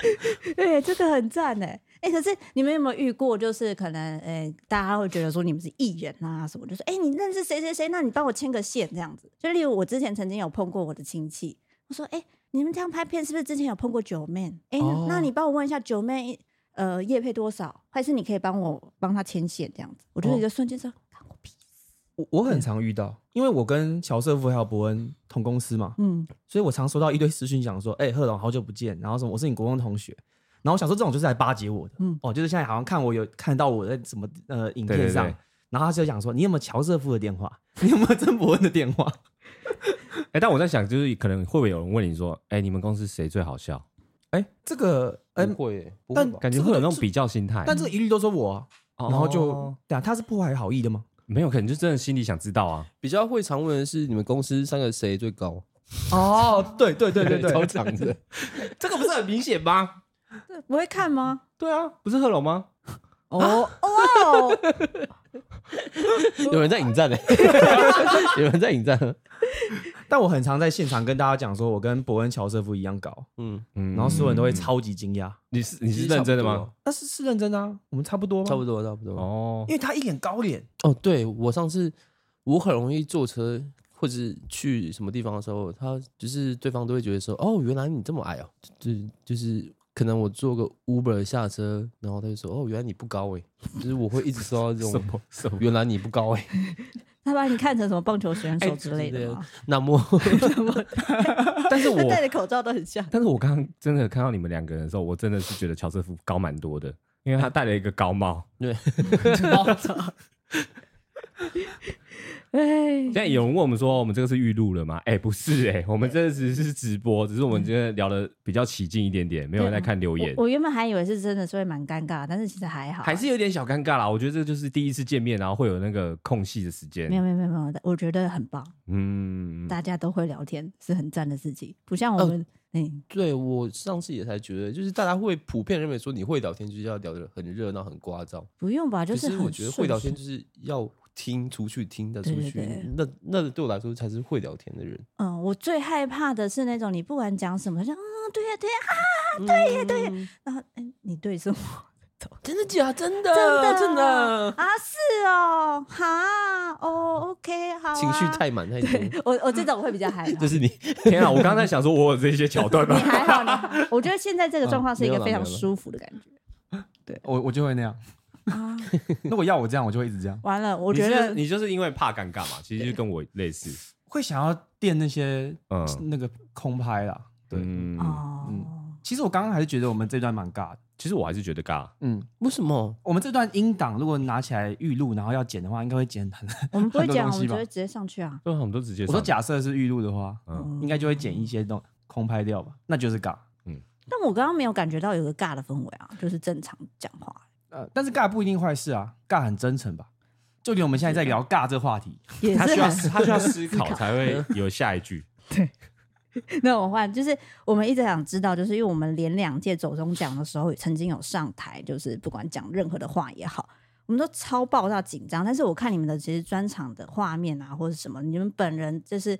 B: 对，这个很赞哎。哎、可是你们有没有遇过，就是可能，哎、大家会觉得说你们是艺人啊什么，就说，哎、你认识谁谁谁，那你帮我牵个线这样子。就例如我之前曾经有碰过我的亲戚，我说，哎、你们这样拍片是不是之前有碰过九妹？哎、
C: 哦
B: 那你帮我问一下九妹，呃，业配多少？还是你可以帮我帮他牵线这样子？我就
E: 哦
B: 一个瞬间说，干我屁事。
E: 我我很常遇到，因为我跟乔瑟夫还有伯恩同公司嘛，
B: 嗯，
E: 所以我常收到一堆私讯，讲说，哎、贺龙好久不见，然后什么我是你国中同学，然后我想说这种就是来巴结我的，
B: 嗯
E: 哦，就是现在好像看我有看到我在什么呃影
A: 对
E: 片
A: 对
E: 上，
A: 对
E: 然后他就讲说，你有没有乔瑟夫的电话？ 你有没有曾伯恩的电话？
A: 哎，但我在想，就是可能会不会有人问你说，哎，你们公司谁最好笑？
E: 哎、这个， 哎、
C: 不会，不会
E: 但
C: 吧
A: 感觉会有那种比较心态，
E: 但这个一律都说我、啊，
A: 哦
E: 然后就，对啊，他是不怀好意的吗？
A: 没有，可能就真的心里想知道啊。
C: 比较会常问的是你们公司三个谁最高？
E: 哦，对对对对
C: 超
E: 对，
C: 长的。
E: 这个不是很明显吗？
B: 这不会看吗？
A: 对啊，不是贺龙吗？
E: 哦，
B: 哦，
C: 有人在引战呢、欸 有人在引战。
E: 但我很常在现场跟大家讲说，我跟伯恩乔瑟夫一样高，
C: 嗯，
A: 嗯
E: 然后所有人都会，超级惊讶。
A: 你是你是认真的吗？？
E: 那是是认真的啊，我们差不多吗？
C: 差不多，差不多。哦，哦
A: 哦
E: 因，为他一脸高脸，
C: 对我上次我很容易坐车或者是去什么地方的时候，他就是对方都会觉得说，哦，原来你这么矮哦，就是就是。可能我坐个 Uber 下车，然后他就说：“哦，原来你不高哎、就是我会一直收到这
A: 什
C: 种
A: 么什么
C: “原来你不高哎、
B: 他把你看成什么棒球选手之类的吗？
C: 那么
A: 但是
B: 他
A: 我
B: 戴的口罩都很像。
A: 但是我刚刚真的看到你们两个人的时候，我真的是觉得乔瑟夫高蛮多的，因为 他戴了一个高帽。
B: 哎
A: 现，在有人问我们说，我们这个是预录了吗？哎、不是 哎、我们这只是直播，只是我们今天聊的比较起劲一点点，没有人在看留言
B: 我，我原本还以为是真的，所以蛮尴尬，但是其实还好，啊
A: 还是有点小尴尬啦。我觉得这就是第一次见面，然后会有那个空隙的时间
B: 没。有没有没有没有，我觉得很棒，
A: 嗯，
B: 大家都会聊天，是很赞的事情，不像我们，嗯，
C: 对我上次也才觉得，就是大家会普遍认为说你会聊天，就是要聊得很热闹、很聒噪。
B: 不用吧，就
C: 可是
B: 很
C: 我觉得会聊天
B: 顺
C: 就是要听出去，听得出
B: 对对
C: 去。
B: 对
C: 那那对我来说才是会聊天的人。
B: 嗯，我最害怕的是那种你不管讲什么，就嗯，对呀对呀，
C: 对呀，对呀，
B: 然后嗯，你对什么哦
C: 真的假？真
B: 真的
C: 呃真的。
B: 啊？是哦，哈，哦，OK，好、啊，啊
C: 情绪太满太多，
B: 对我我这种会比较害 怕
C: 这。是你
A: 天啊，我刚才想说，我有这些桥段
B: 你
A: 吗？
B: 还好，你还好我觉得现在这个状况是
C: 嗯没
B: 一个
C: 有啦
B: 非常
C: 没有啦
B: 舒服的感觉
E: 我我就会那 样。
B: 啊。
E: 如果要我这样，我就会一直这样，
B: 完了， 我
A: 你
B: 觉
A: 是
B: 得
A: 你就是因为怕尴尬嘛，其实就跟我类似。
E: 会想要垫那些
A: 嗯，
E: 那个空拍啦。对，
A: 嗯，
B: 哦，
E: 其实我刚刚还是觉得我们这段蛮尬的。
A: 其实我还是觉得尬。
E: 嗯，
C: 为什么？
E: 我们这段音档如果拿起来预录，然后要剪的话，应该会剪很。
B: 我们不会
E: 很多
B: 讲，
E: 东
B: 我们
E: 西
B: 只
E: 吧
B: 会直接上去啊。
A: 对啊，我们都直接
E: 我说
A: 上
E: 假设是预录的话，
A: 嗯
E: 应该就会剪一些东空拍掉吧，那就是尬。
B: 但我刚刚没有感觉到有个尬的氛围啊，就是正常讲 话，
E: 呃，但是尬不一定坏事啊，尬很真诚吧。就连我们现在在聊尬这话题，
B: 也
A: 他
B: 是
A: 需要
B: 很
A: 他需要思考才会有下一句。
B: 那我换，就是我们一直想知道，就是因为我们连两届走中奖的时候，也曾经有上台，就是不管讲任何的话也好，我们都超爆到紧张。但是我看你们的其实专场的画面啊，或者什么，你们本人就是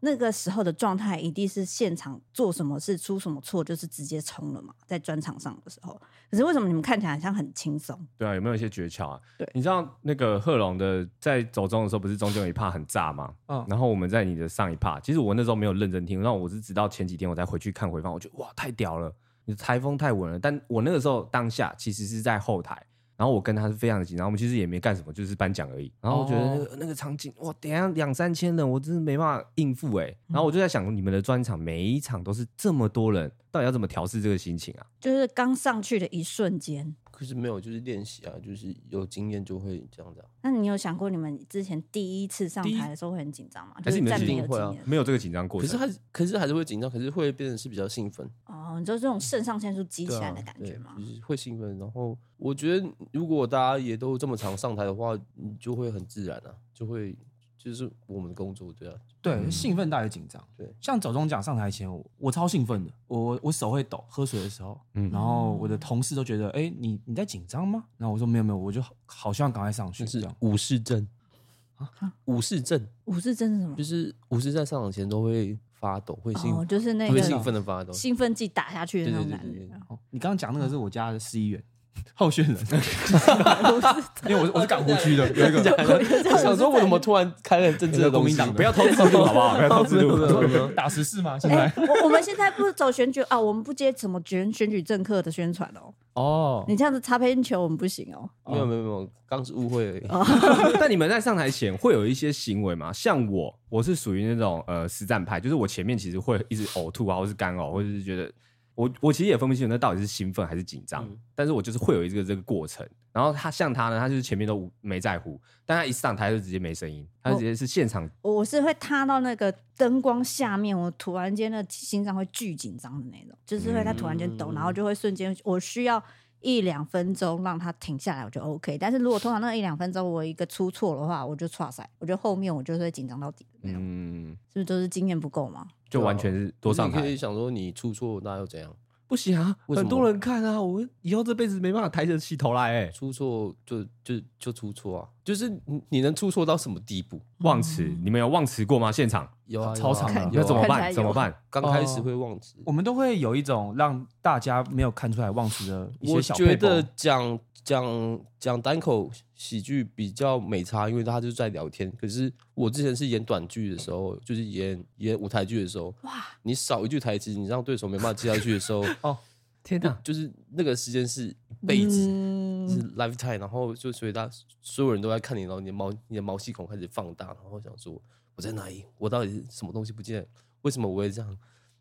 B: 那个时候的状态，一定是现场做什么事、出什么错，就是直接冲了嘛，在专场上的时候。可是为什么你们看起来好像很轻松？
A: 对啊，有没有一些诀窍啊？
B: 对
A: 你知道那个贺龙的在走中的时候，不是中间有一趴很炸吗？
E: 嗯
A: 然后我们在你的上一趴，其实我那时候没有认真听，然后我是直到前几天我才回去看回放，我觉得哇太屌了，你的台风太稳了。但我那个时候当下其实是在后台，然后我跟他是非常的紧张，我们其实也没干什么，就是颁奖而已。然后我觉得那个、那个场景，哇，等一下两三千人，我真的没办法应付哎、然后我就在想，你们的专场每一场都是这么多人，到底要怎么调试这个心情啊？
B: 就是刚上去的一瞬间。
C: 可是没有，就是练习啊，就是有经验就会这样子、啊。
B: 那你有想过你们之前第一次上台的时候会很紧张吗？
A: 还
B: 就是
A: 你们
B: 在
A: 已
B: 没
A: 经
B: 有
C: 会
B: 经
C: 啊
B: 验的
A: 没有这个紧张过
C: 可
A: 程，
C: 是还是可是还是会紧张，可是会变得是比较兴奋，
B: 哦，你就这种肾上腺素激起
C: 对
B: 来
C: 啊，
B: 的感觉
C: 对
B: 吗？
C: 就是会兴奋。然后我觉得，如果大家也都这么常上台的话，你就会很自然啊，就会就是我们的工作，对啊，
E: 对，兴奋大于紧张。
C: 对
E: 像走中奖上台前，我我超兴奋的，我我手会抖，喝水的时候，
A: 嗯
E: 然后我的同事都觉得，哎、你你在紧张吗？然后我说没有没有，我就好好希望赶快上
C: 就
E: 去这
C: 是
E: 样。
C: 武士症啊，武士症
B: 武士嗯真是什么
C: 就？是武士在上场前都会发抖，会兴
B: 哦，就是那
C: 会
B: 个
C: 兴奋的发抖，
B: 兴奋剂打下去的那种
C: 对
B: 感
C: 对对对
B: 觉。
E: 哦你刚刚讲那个是我家的市议员候选 人， 因为我是我是港湖区的， 有一个
C: 我想说，我怎么突然开了政治的东西？
E: 不要
A: 偷制 度好不好？不要偷制度。
E: 打时事吗？现
B: 哎
E: 在、
B: 我我们现在不走选举啊，我们不接什么选选举政客的宣传哦。
E: 哦，
B: 你这样子擦边球，我们不行哦。
C: 没有没有没有，刚是误会而已。
A: 但你们在上台前会有一些行为吗？像我，我是属于那种呃实战派，就是我前面其实会一直呕吐啊，或是干呕，或者是觉得我我其实也分不清楚那到底是兴奋还是紧张，
C: 嗯
A: 但是我就是会有一个这个过程。然后他像他呢，他就是前面都没在乎，但他一上台就直接没声音，他就直接是现
C: 哦
A: 场
B: 我我是会塌到那个灯光下面，我突然间的心脏会巨紧张的那种，就是会它突然间抖，
C: 嗯
B: 然后就会瞬间，我需要一两分钟让它停下来，我就 OK。但是如果通常那一两分钟我一个出错的话，我就岔赛，我觉得后面我就是会紧张到底的
C: 哎
B: 那种，
A: 嗯，
B: 是不是就是经验不够嘛？
A: 就完全是多上
C: 你啊可以
A: 台。
C: 想说，你出错那又怎样？
A: 不行啊，
C: 为什
A: 很
C: 么
A: 多人看啊，我以后这辈子没办法抬得起头来哎、
C: 出错就就就出错啊，就是你你能出错到什么地步？
A: 忘词，你们有忘词过吗？现场
C: 有啊，
E: 超长的
C: 的，
A: 那
C: 有
A: 怎么
C: 啊
B: 看起来
A: 办？怎么
B: 有
A: 办？
C: 刚开始会忘词。
E: 我们都会有一种让大家没有看出来忘词的一
C: 我
E: 些小
C: 觉
E: paper
C: 得讲讲讲单口喜剧比较美差，因为他就是在聊天。可是我之前是演短剧的时候，就是演演舞台剧的时候，哇，你少一句台词，你让对手没办法接下去的时 候，
E: 哦，
A: 天
B: 嗯
C: 不！就是那个时间是一辈子。是 lifetime，然后就所以大家所有人都在看你，然后你的毛你的毛细孔开始放大，然后想说我在哪里？我到底是什么东西不见了？为什么我会这样？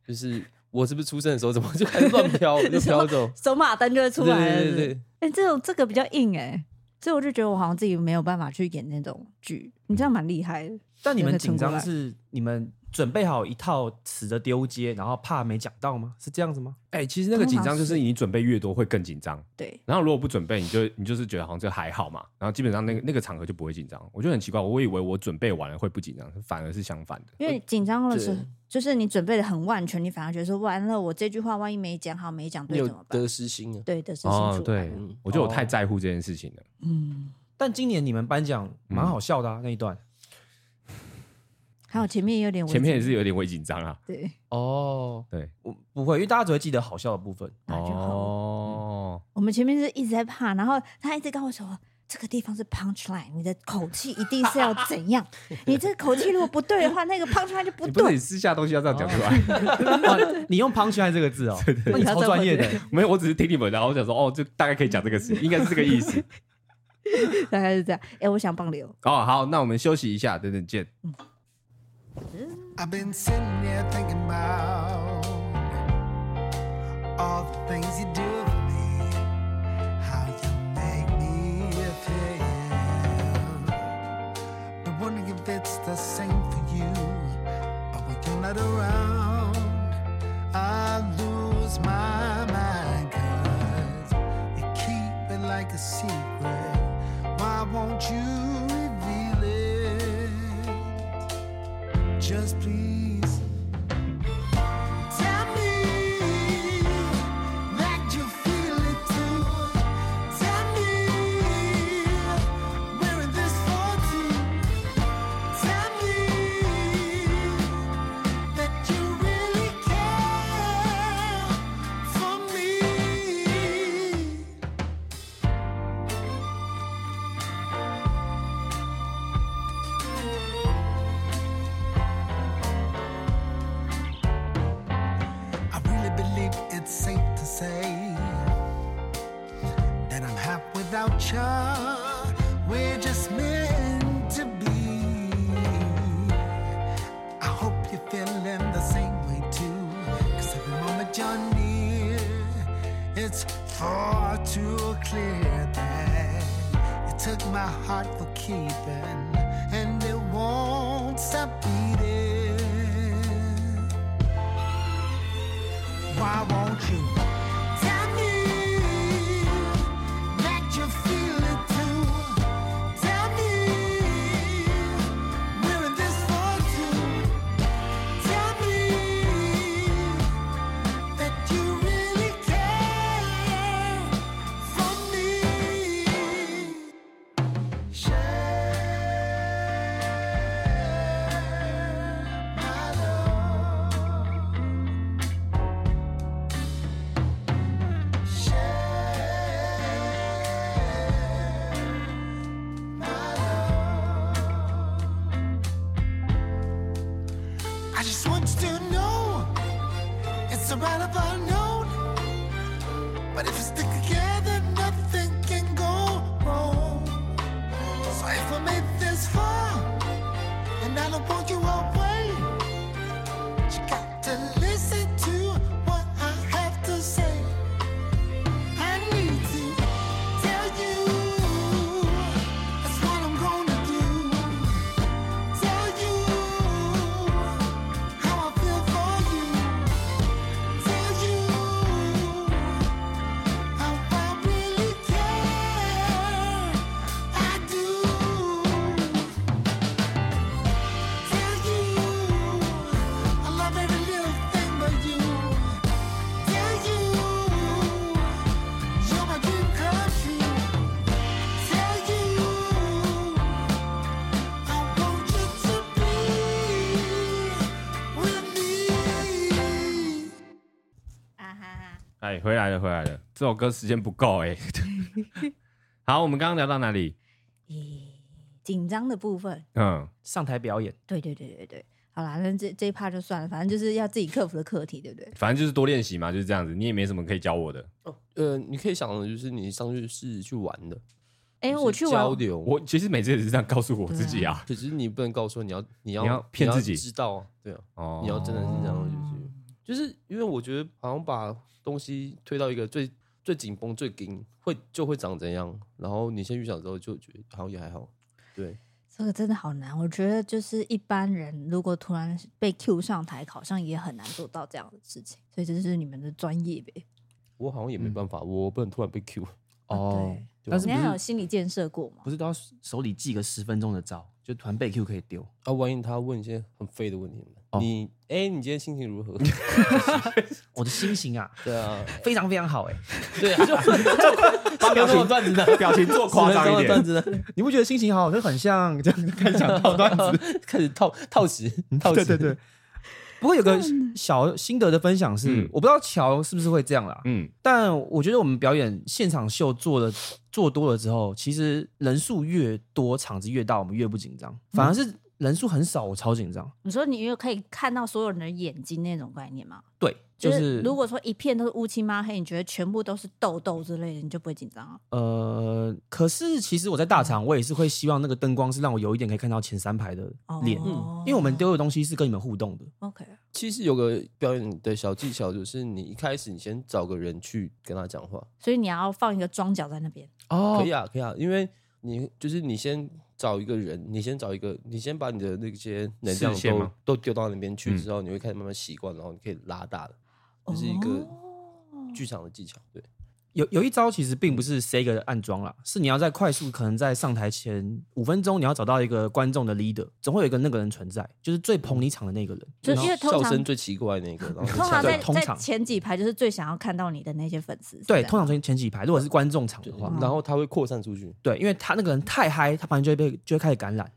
C: 就是我是不是出生的时候怎么就开始乱飘，就飘 走？
B: 走马灯就会出
C: 对
B: 来
C: 对
B: 了。是不是
C: 对对，
B: 哎、这种这个比较硬哎、所以我就觉得我好像自己没有办法去演那种剧，你这样蛮厉害的。
E: 但你
B: 有
E: 们
B: 在撑
E: 紧
B: 过
E: 张
B: 来
E: 是你们准备好一套词的丢接，然后怕没讲到吗？是这样子吗？
A: 哎、其实那个
B: 通
A: 紧
B: 常
A: 张就是
B: 是
A: 你准备越多会更紧张，
B: 对，
A: 然后如果不准备，你就你就是觉得好像这还好嘛，然后基本上那个那个场合就不会紧张。我觉得很奇怪，我以为我准备完了会不紧张，反而是相反的。
B: 因为紧张的时候
C: 对，
B: 就是你准备的很万全，你反而觉得说完了，我这句话万一没讲好，没讲
C: 你
B: 对
C: 有
B: 怎么办
C: 得？失心啊？
B: 哦对的，是清
A: 哦
B: 楚。，
C: 嗯
A: 我觉得我太
E: 哦
A: 在乎这件事情了。
B: 嗯，
E: 但今年你们颁奖蛮好笑的啊，那一段
B: 还有前面也有点危险，
A: 前面也是有点微紧张啊，
B: 对，
E: 哦，
A: 对，
E: 我不会，因为大家只会记 得好笑的部分。
B: 那就好。
A: 哦，
B: 我们前面是一直在怕，然后他一直跟我说。这个地方是 punch line，你的口气一定是要怎样？ 你这个口气如果不对的话， 那个 punch line 就不哦
A: 你不是
B: 对
A: 你。私下东西要这样讲出 来，
E: 哇你用 punchline 这个字哦，那你超专业的。
A: 没有，我只是听你们的，然后我想说，哦，就大概可以讲这个事，应该是这个意思。
B: 大概是这样。哎、我想棒流，
A: 哦，好，那我们休息一下，等等见。
F: I've been sitting here thinking about all the things you do for me, how you make me feel. But wondering if it's the same for you, but when you're not around, I lose my mind 'cause you keep it like a secret. Why won't you reveal it? Just please tell me that you feel it too. Tell me we're in this for two. Tell me that you really care for me. I really believe it's safe to say that I'm half without you. We're just meant to be. I hope you're feeling the same way too. Cause every moment you're near, it's far too clear that you took my heart for keeping. And it won't stop beating why won't you? Tell me that you feel it too. Tell me we're in this for two. Tell me that you really care for me. Share my love. I just want you to know it's a right of unknown. But if you stick together, nothing can go wrong. So if I made it this far, and I don't want you away, you got to listen to what I have to say. I need to tell you that's what I'm gonna do. Tell you how I feel for you. Tell you how I really care. I do. Tell you I love every little thing but you. Tell you you're my dream come true. Tell you. I want you to be with me.
B: 啊哈，
A: 哎，回来了，回来了，这首歌时间不够哎、 好，我们刚刚聊到哪里？
B: 咦，紧张的部分，
A: 嗯，
E: 上台表演，
B: 对对对对对，好啦，那这这一趴就算了，反正就是要自己克服的课题，对不对？
A: 反正就是多练习嘛，就是这样子。你也没什么可以教我的。
C: 呃，你可以想的就是你上去是去玩的，
B: 哎、
C: 就是
B: 我去玩
C: 交，流，
A: 我其实每次也是这样告诉我自己啊。
C: 可是你不能告诉我你要你要
A: 你要骗自己
C: 你要知道啊，对啊，
A: 哦
C: 你要真的是这样，就是就是因为我觉得好像把东西推到一个最最紧绷、最紧，会就会长怎样，然后你先预想之后就觉得好像也还好，对，
B: 这个真的好难。我觉得就是一般人如果突然被 Q 上台，好像也很难做到这样的事情，所以这就是你们的专业呗。
C: 我好像也没办法，我不能突然被 Q，
E: 哦
B: 对，
E: 但是
B: 你
E: 不
B: 要有
E: 是
B: 心理建设过嘛？
E: 不是都要手里记个十分钟的招，就团背 Q 可以丢。
C: 啊，万一他问一些很废的问题怎么办，
E: 哦
C: 你哎、你今天心情如何？
E: 我的心情啊，
C: 对啊，
E: 非常非常好哎、
C: 对啊，就把表情段子呢，
A: 表情做夸张 一点
C: 段。子呢，
E: 你不觉得心情 好，就很像这样开始讲套段子？嗯
C: 开始套套词，套
E: 对
C: 词，
E: 对对，不过有个小心得的分享是，
A: 嗯
E: 我不知道乔是不是会这样啦，
A: 嗯，
E: 但我觉得我们表演现场秀做的做多了之后，其实人数越多，场子越大，我们越不紧张，反而是人数很少，我超紧张。
B: 你说你又可以看到所有人的眼睛那种概念吗？
E: 对，就是
B: 如果说一片都是乌漆嘛黑，你觉得全部都是痘痘之类的，你就不会紧张啊？
E: 呃，可是其实我在大场，我也是会希望那个灯光是让我有一点可以看到前三排的脸，嗯
B: 哦
E: 因为我们丢的东西是跟你们互动的。
B: OK，
C: 其实有个表演的小技巧，就是你一开始你先找个人去跟他讲话，
B: 所以你要放一个装脚在那边。
E: 哦
C: 可以啊，可以啊，因为你就是你先找一个人，你先找一个，你先把你的那些能量
A: 视线
C: 都
A: 吗
C: 都丢到那边去
A: 嗯
C: 之后，你会开始慢慢习惯，然后你可以拉大的，
B: 哦
C: 这是一个剧场的技巧。对，
E: 有有一招其实并不是 C 个暗装啦，是你要在快速，可能在上台前五分钟，你要找到一个观众的 leader，总会有一个那个人存在，就是最捧你场的那个人。
B: 就
E: 然后
B: 因为通常
C: 笑声最奇怪的那个， 然后
B: 通常
C: 就
B: 在
E: 对通
B: 在
E: 常
B: 前几排就是最想要看到你的那些粉丝。是
E: 对，
B: 这样
E: 通常前前几排，如果是观众场的
C: 对嗯
E: 话，
B: 嗯
C: 然后它会扩散出去。
E: 对，因为他那个人太嗨，他旁边就会被就会开始感染。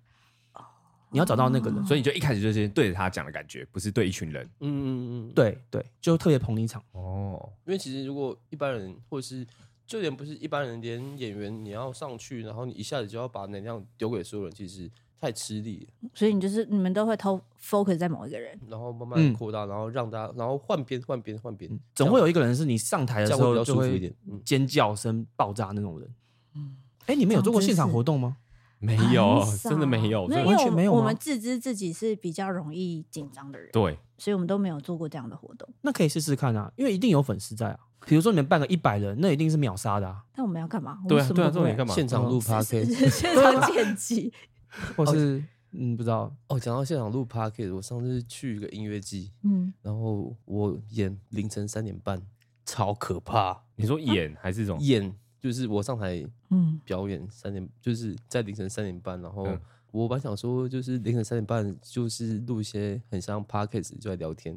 E: 你要找到那个人，
A: 所以你就一开始就先对着他讲的感觉，不是对一群人。
C: 嗯嗯嗯，对，
E: 对对，就特别捧你场。
A: 哦，
C: 因为其实如果一般人或者是就连不是一般人，连演员你要上去，然后你一下子就要把能量丢给所有人，其实太吃力了。
B: 所以你就是你们都会偷 focus 在某一个人。
C: 然后慢
E: 嗯
C: 慢扩大，然后让大家，然后换边换边换边，
E: 总会
C: 有
E: 有一个人是你上台的
C: 这
E: 时
C: 样会比较
E: 候就
C: 舒服一
E: 会
C: 点。嗯，
E: 尖叫声爆炸那种人。
B: 嗯
E: 哎，你们有做过现场活动吗？
A: 没有
B: 很，少
A: 真的没有，
B: 没
A: 真的
B: 有，因为
E: 完全
B: 我们
E: 没有吗
B: 我们自知自己是比较容易紧张的人，
A: 对，
B: 所以我们都没有做过这样的活动。
E: 那可以试试看啊，因为一定有粉丝在啊。比如说你们办个一百人，那一定是秒杀的啊，
B: 但我们要干嘛？我
A: 对
B: 们
A: 啊，
B: 什
A: 对啊，
B: 么
A: 这
B: 都
A: 种
B: 没
A: 你干嘛？
C: 现场
B: 嗯
C: 录 p a r k
B: 有，现场剪辑。
E: 或是嗯不知道
C: 哦，讲到现场录 p a r k 我上次去一个音乐季，
B: 嗯，
C: 然后我演凌晨三点半，超可怕。
A: 你说演还是这种？
C: 演就是我上台
B: 嗯
C: 表演三点，就是在凌晨三点半，然后
A: 嗯
C: 我本来想说就是凌晨三点半就是录一些很像 p o d c a s t 就在聊天，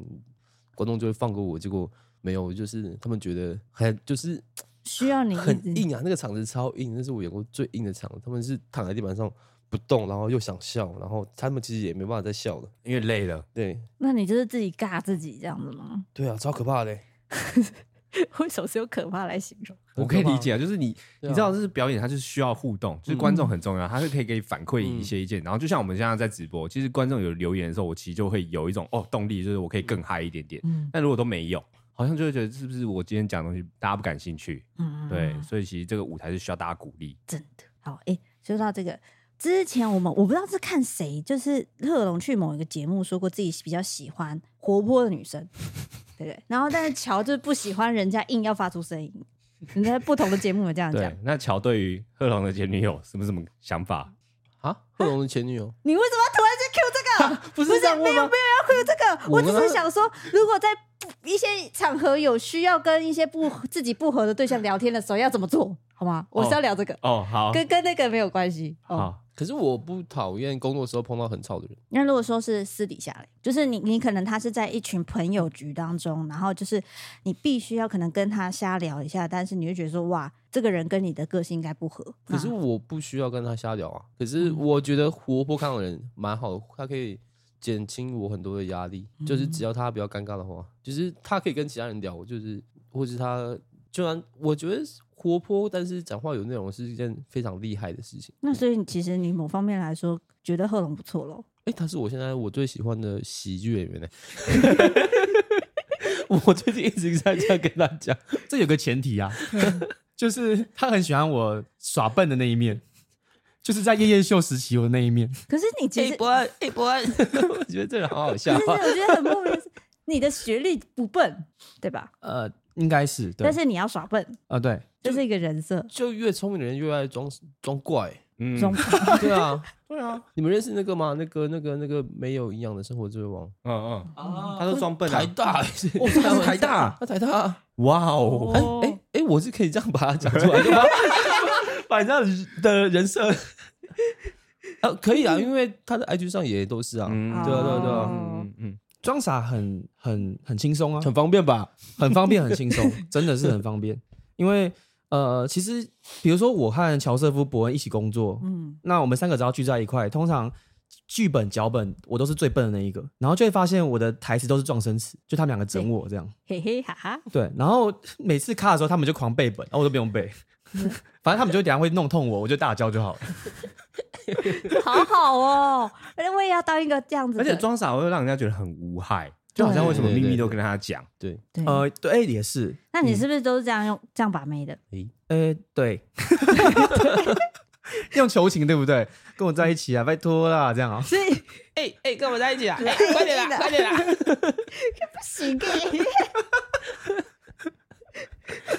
C: 观众就会放过我，结果没有，就是他们觉得很就是
B: 需要你
C: 很
B: 一直
C: 硬啊，那个场子超硬，那是我演过最硬的场，他们是躺在地板上不动，然后又想笑，然后他们其实也没办法再笑了，
A: 因为累了，
C: 对
B: 那你就是自己尬自己这样子吗？
C: 对啊，超可怕的欸、
B: 为什么是用可怕来形容？
A: 我可以理解啊，就是你
C: 对啊
A: 你知道，就是表演它是需要互动，就是观众很重要，他是可以给你反馈一些意见。然后就像我们现在在直播，其实观众有留言的时候，我其实就会有一种哦动力，就是我可以更嗨一点点。
B: 嗯
A: 但如果都没有，好像就会觉得是不是我今天讲的东西大家不感兴趣？
B: 嗯，
A: 对，所以其实这个舞台是需要大家鼓励。
B: 真的。好，哎、说到这个，之前我们我不知道是看谁，就是贺龙去某一个节目说过自己比较喜欢活泼的女生，对不对？然后但是乔就不喜欢人家硬要发出声音。你在不同的节目有这样讲
A: 对，，那乔对于贺龙的前女友是不是什么想法？
C: 啊，贺龙的前女友，
B: 你为什么要突然间 Q 这 个？
C: 不是这样问吗？
B: 这个
C: 我
B: 我
C: 跟
B: 只
C: 他
B: 是想说，如果在不一些场合有需要跟一些不自己不合的对象聊天的时候，要怎么做好吗？我是要聊这个，
A: 哦，好，
B: 跟跟那个没有关系。哦，
A: 好，
C: 可是我不讨厌工作的时候碰到很吵的人，
B: 那如果说是私底下嘞，就是你你可能他是在一群朋友局当中，然后就是你必须要可能跟他瞎聊一下，但是你会觉得说哇，这个人跟你的个性应该不合。
C: 可是
B: 那
C: 我不需要跟他瞎聊啊。可是我觉得活泼开朗的人蛮好的，他可以减轻我很多的压力。就是只要他不要尴尬的话，就是他可以跟其他人聊，就是或是他，就算我觉得活泼，但是讲话有内容是一件非常厉害的事情。
B: 那所以你其实你某方面来说，觉得贺龙不错喽。
C: 哎、他是我现在我最喜欢的喜剧演员呢、 欸我最近一直在这样跟他讲，
E: 这有个前提啊，
B: 嗯
E: 就是他很喜欢我耍笨的那一面，就是在夜夜秀时期我的那一面。
B: 可是你其实，
C: 伯恩，哎、伯恩，我觉得这人好好笑
B: 可是我觉得很莫名的是，你的学历不笨，对吧？
E: 呃，应该是对
B: 但，是你要耍笨，
E: 呃对，
B: 这是一个人设。
C: 就越聪明的人越爱装装怪、欸
A: 嗯，
B: 中
C: 对啊，对啊，你们认识那个吗？那个、那个、那个没有营养的生活之王，
A: 嗯嗯，
B: 哦
A: 他说装笨啊
C: 台， 大，啊
E: 哦，这个是台大，
C: 他台大，
A: 哇哦，
C: 哎哎哎，我是可以这样把它讲出来 的吗？把你这样的人设， 啊，可以啊，因为他的 IG 上也都是啊，
A: 嗯，
B: 哦
C: 对啊对啊对啊
A: 嗯嗯嗯，
E: 装傻很很很轻松啊，
C: 很方便吧？
E: 很方便，很轻松， 真的是很方便。因为呃，其实比如说我和乔瑟夫·伯恩一起工作，
B: 嗯
E: 那我们三个只要聚在一块，通常剧本脚本我都是最笨的那一个，然后就会发现我的台词都是撞声词，就他们两个整我这样。
B: 嘿嘿哈哈，
E: 对，然后每次卡的时候，他们就狂背本，然后哦我都不用背， 反正他们就等一下会弄痛我，我就大叫就好了。
B: 好好哦， 那我也要当一个这样子的，
A: 而且装傻会让人家觉得很无害，就好像为什么秘密都跟他讲，
C: 对，
B: 对，
E: 呃，对，也是，
B: 那你是不是都是这样用这样把妹的？
E: 呃，对， 用求情对不对？跟我在一起啊，拜托啦，这样啊、
B: 所以
D: 哎哎，跟我在一起啊！哎
B: 快点啦快
D: 点啦！
B: 不行，给你。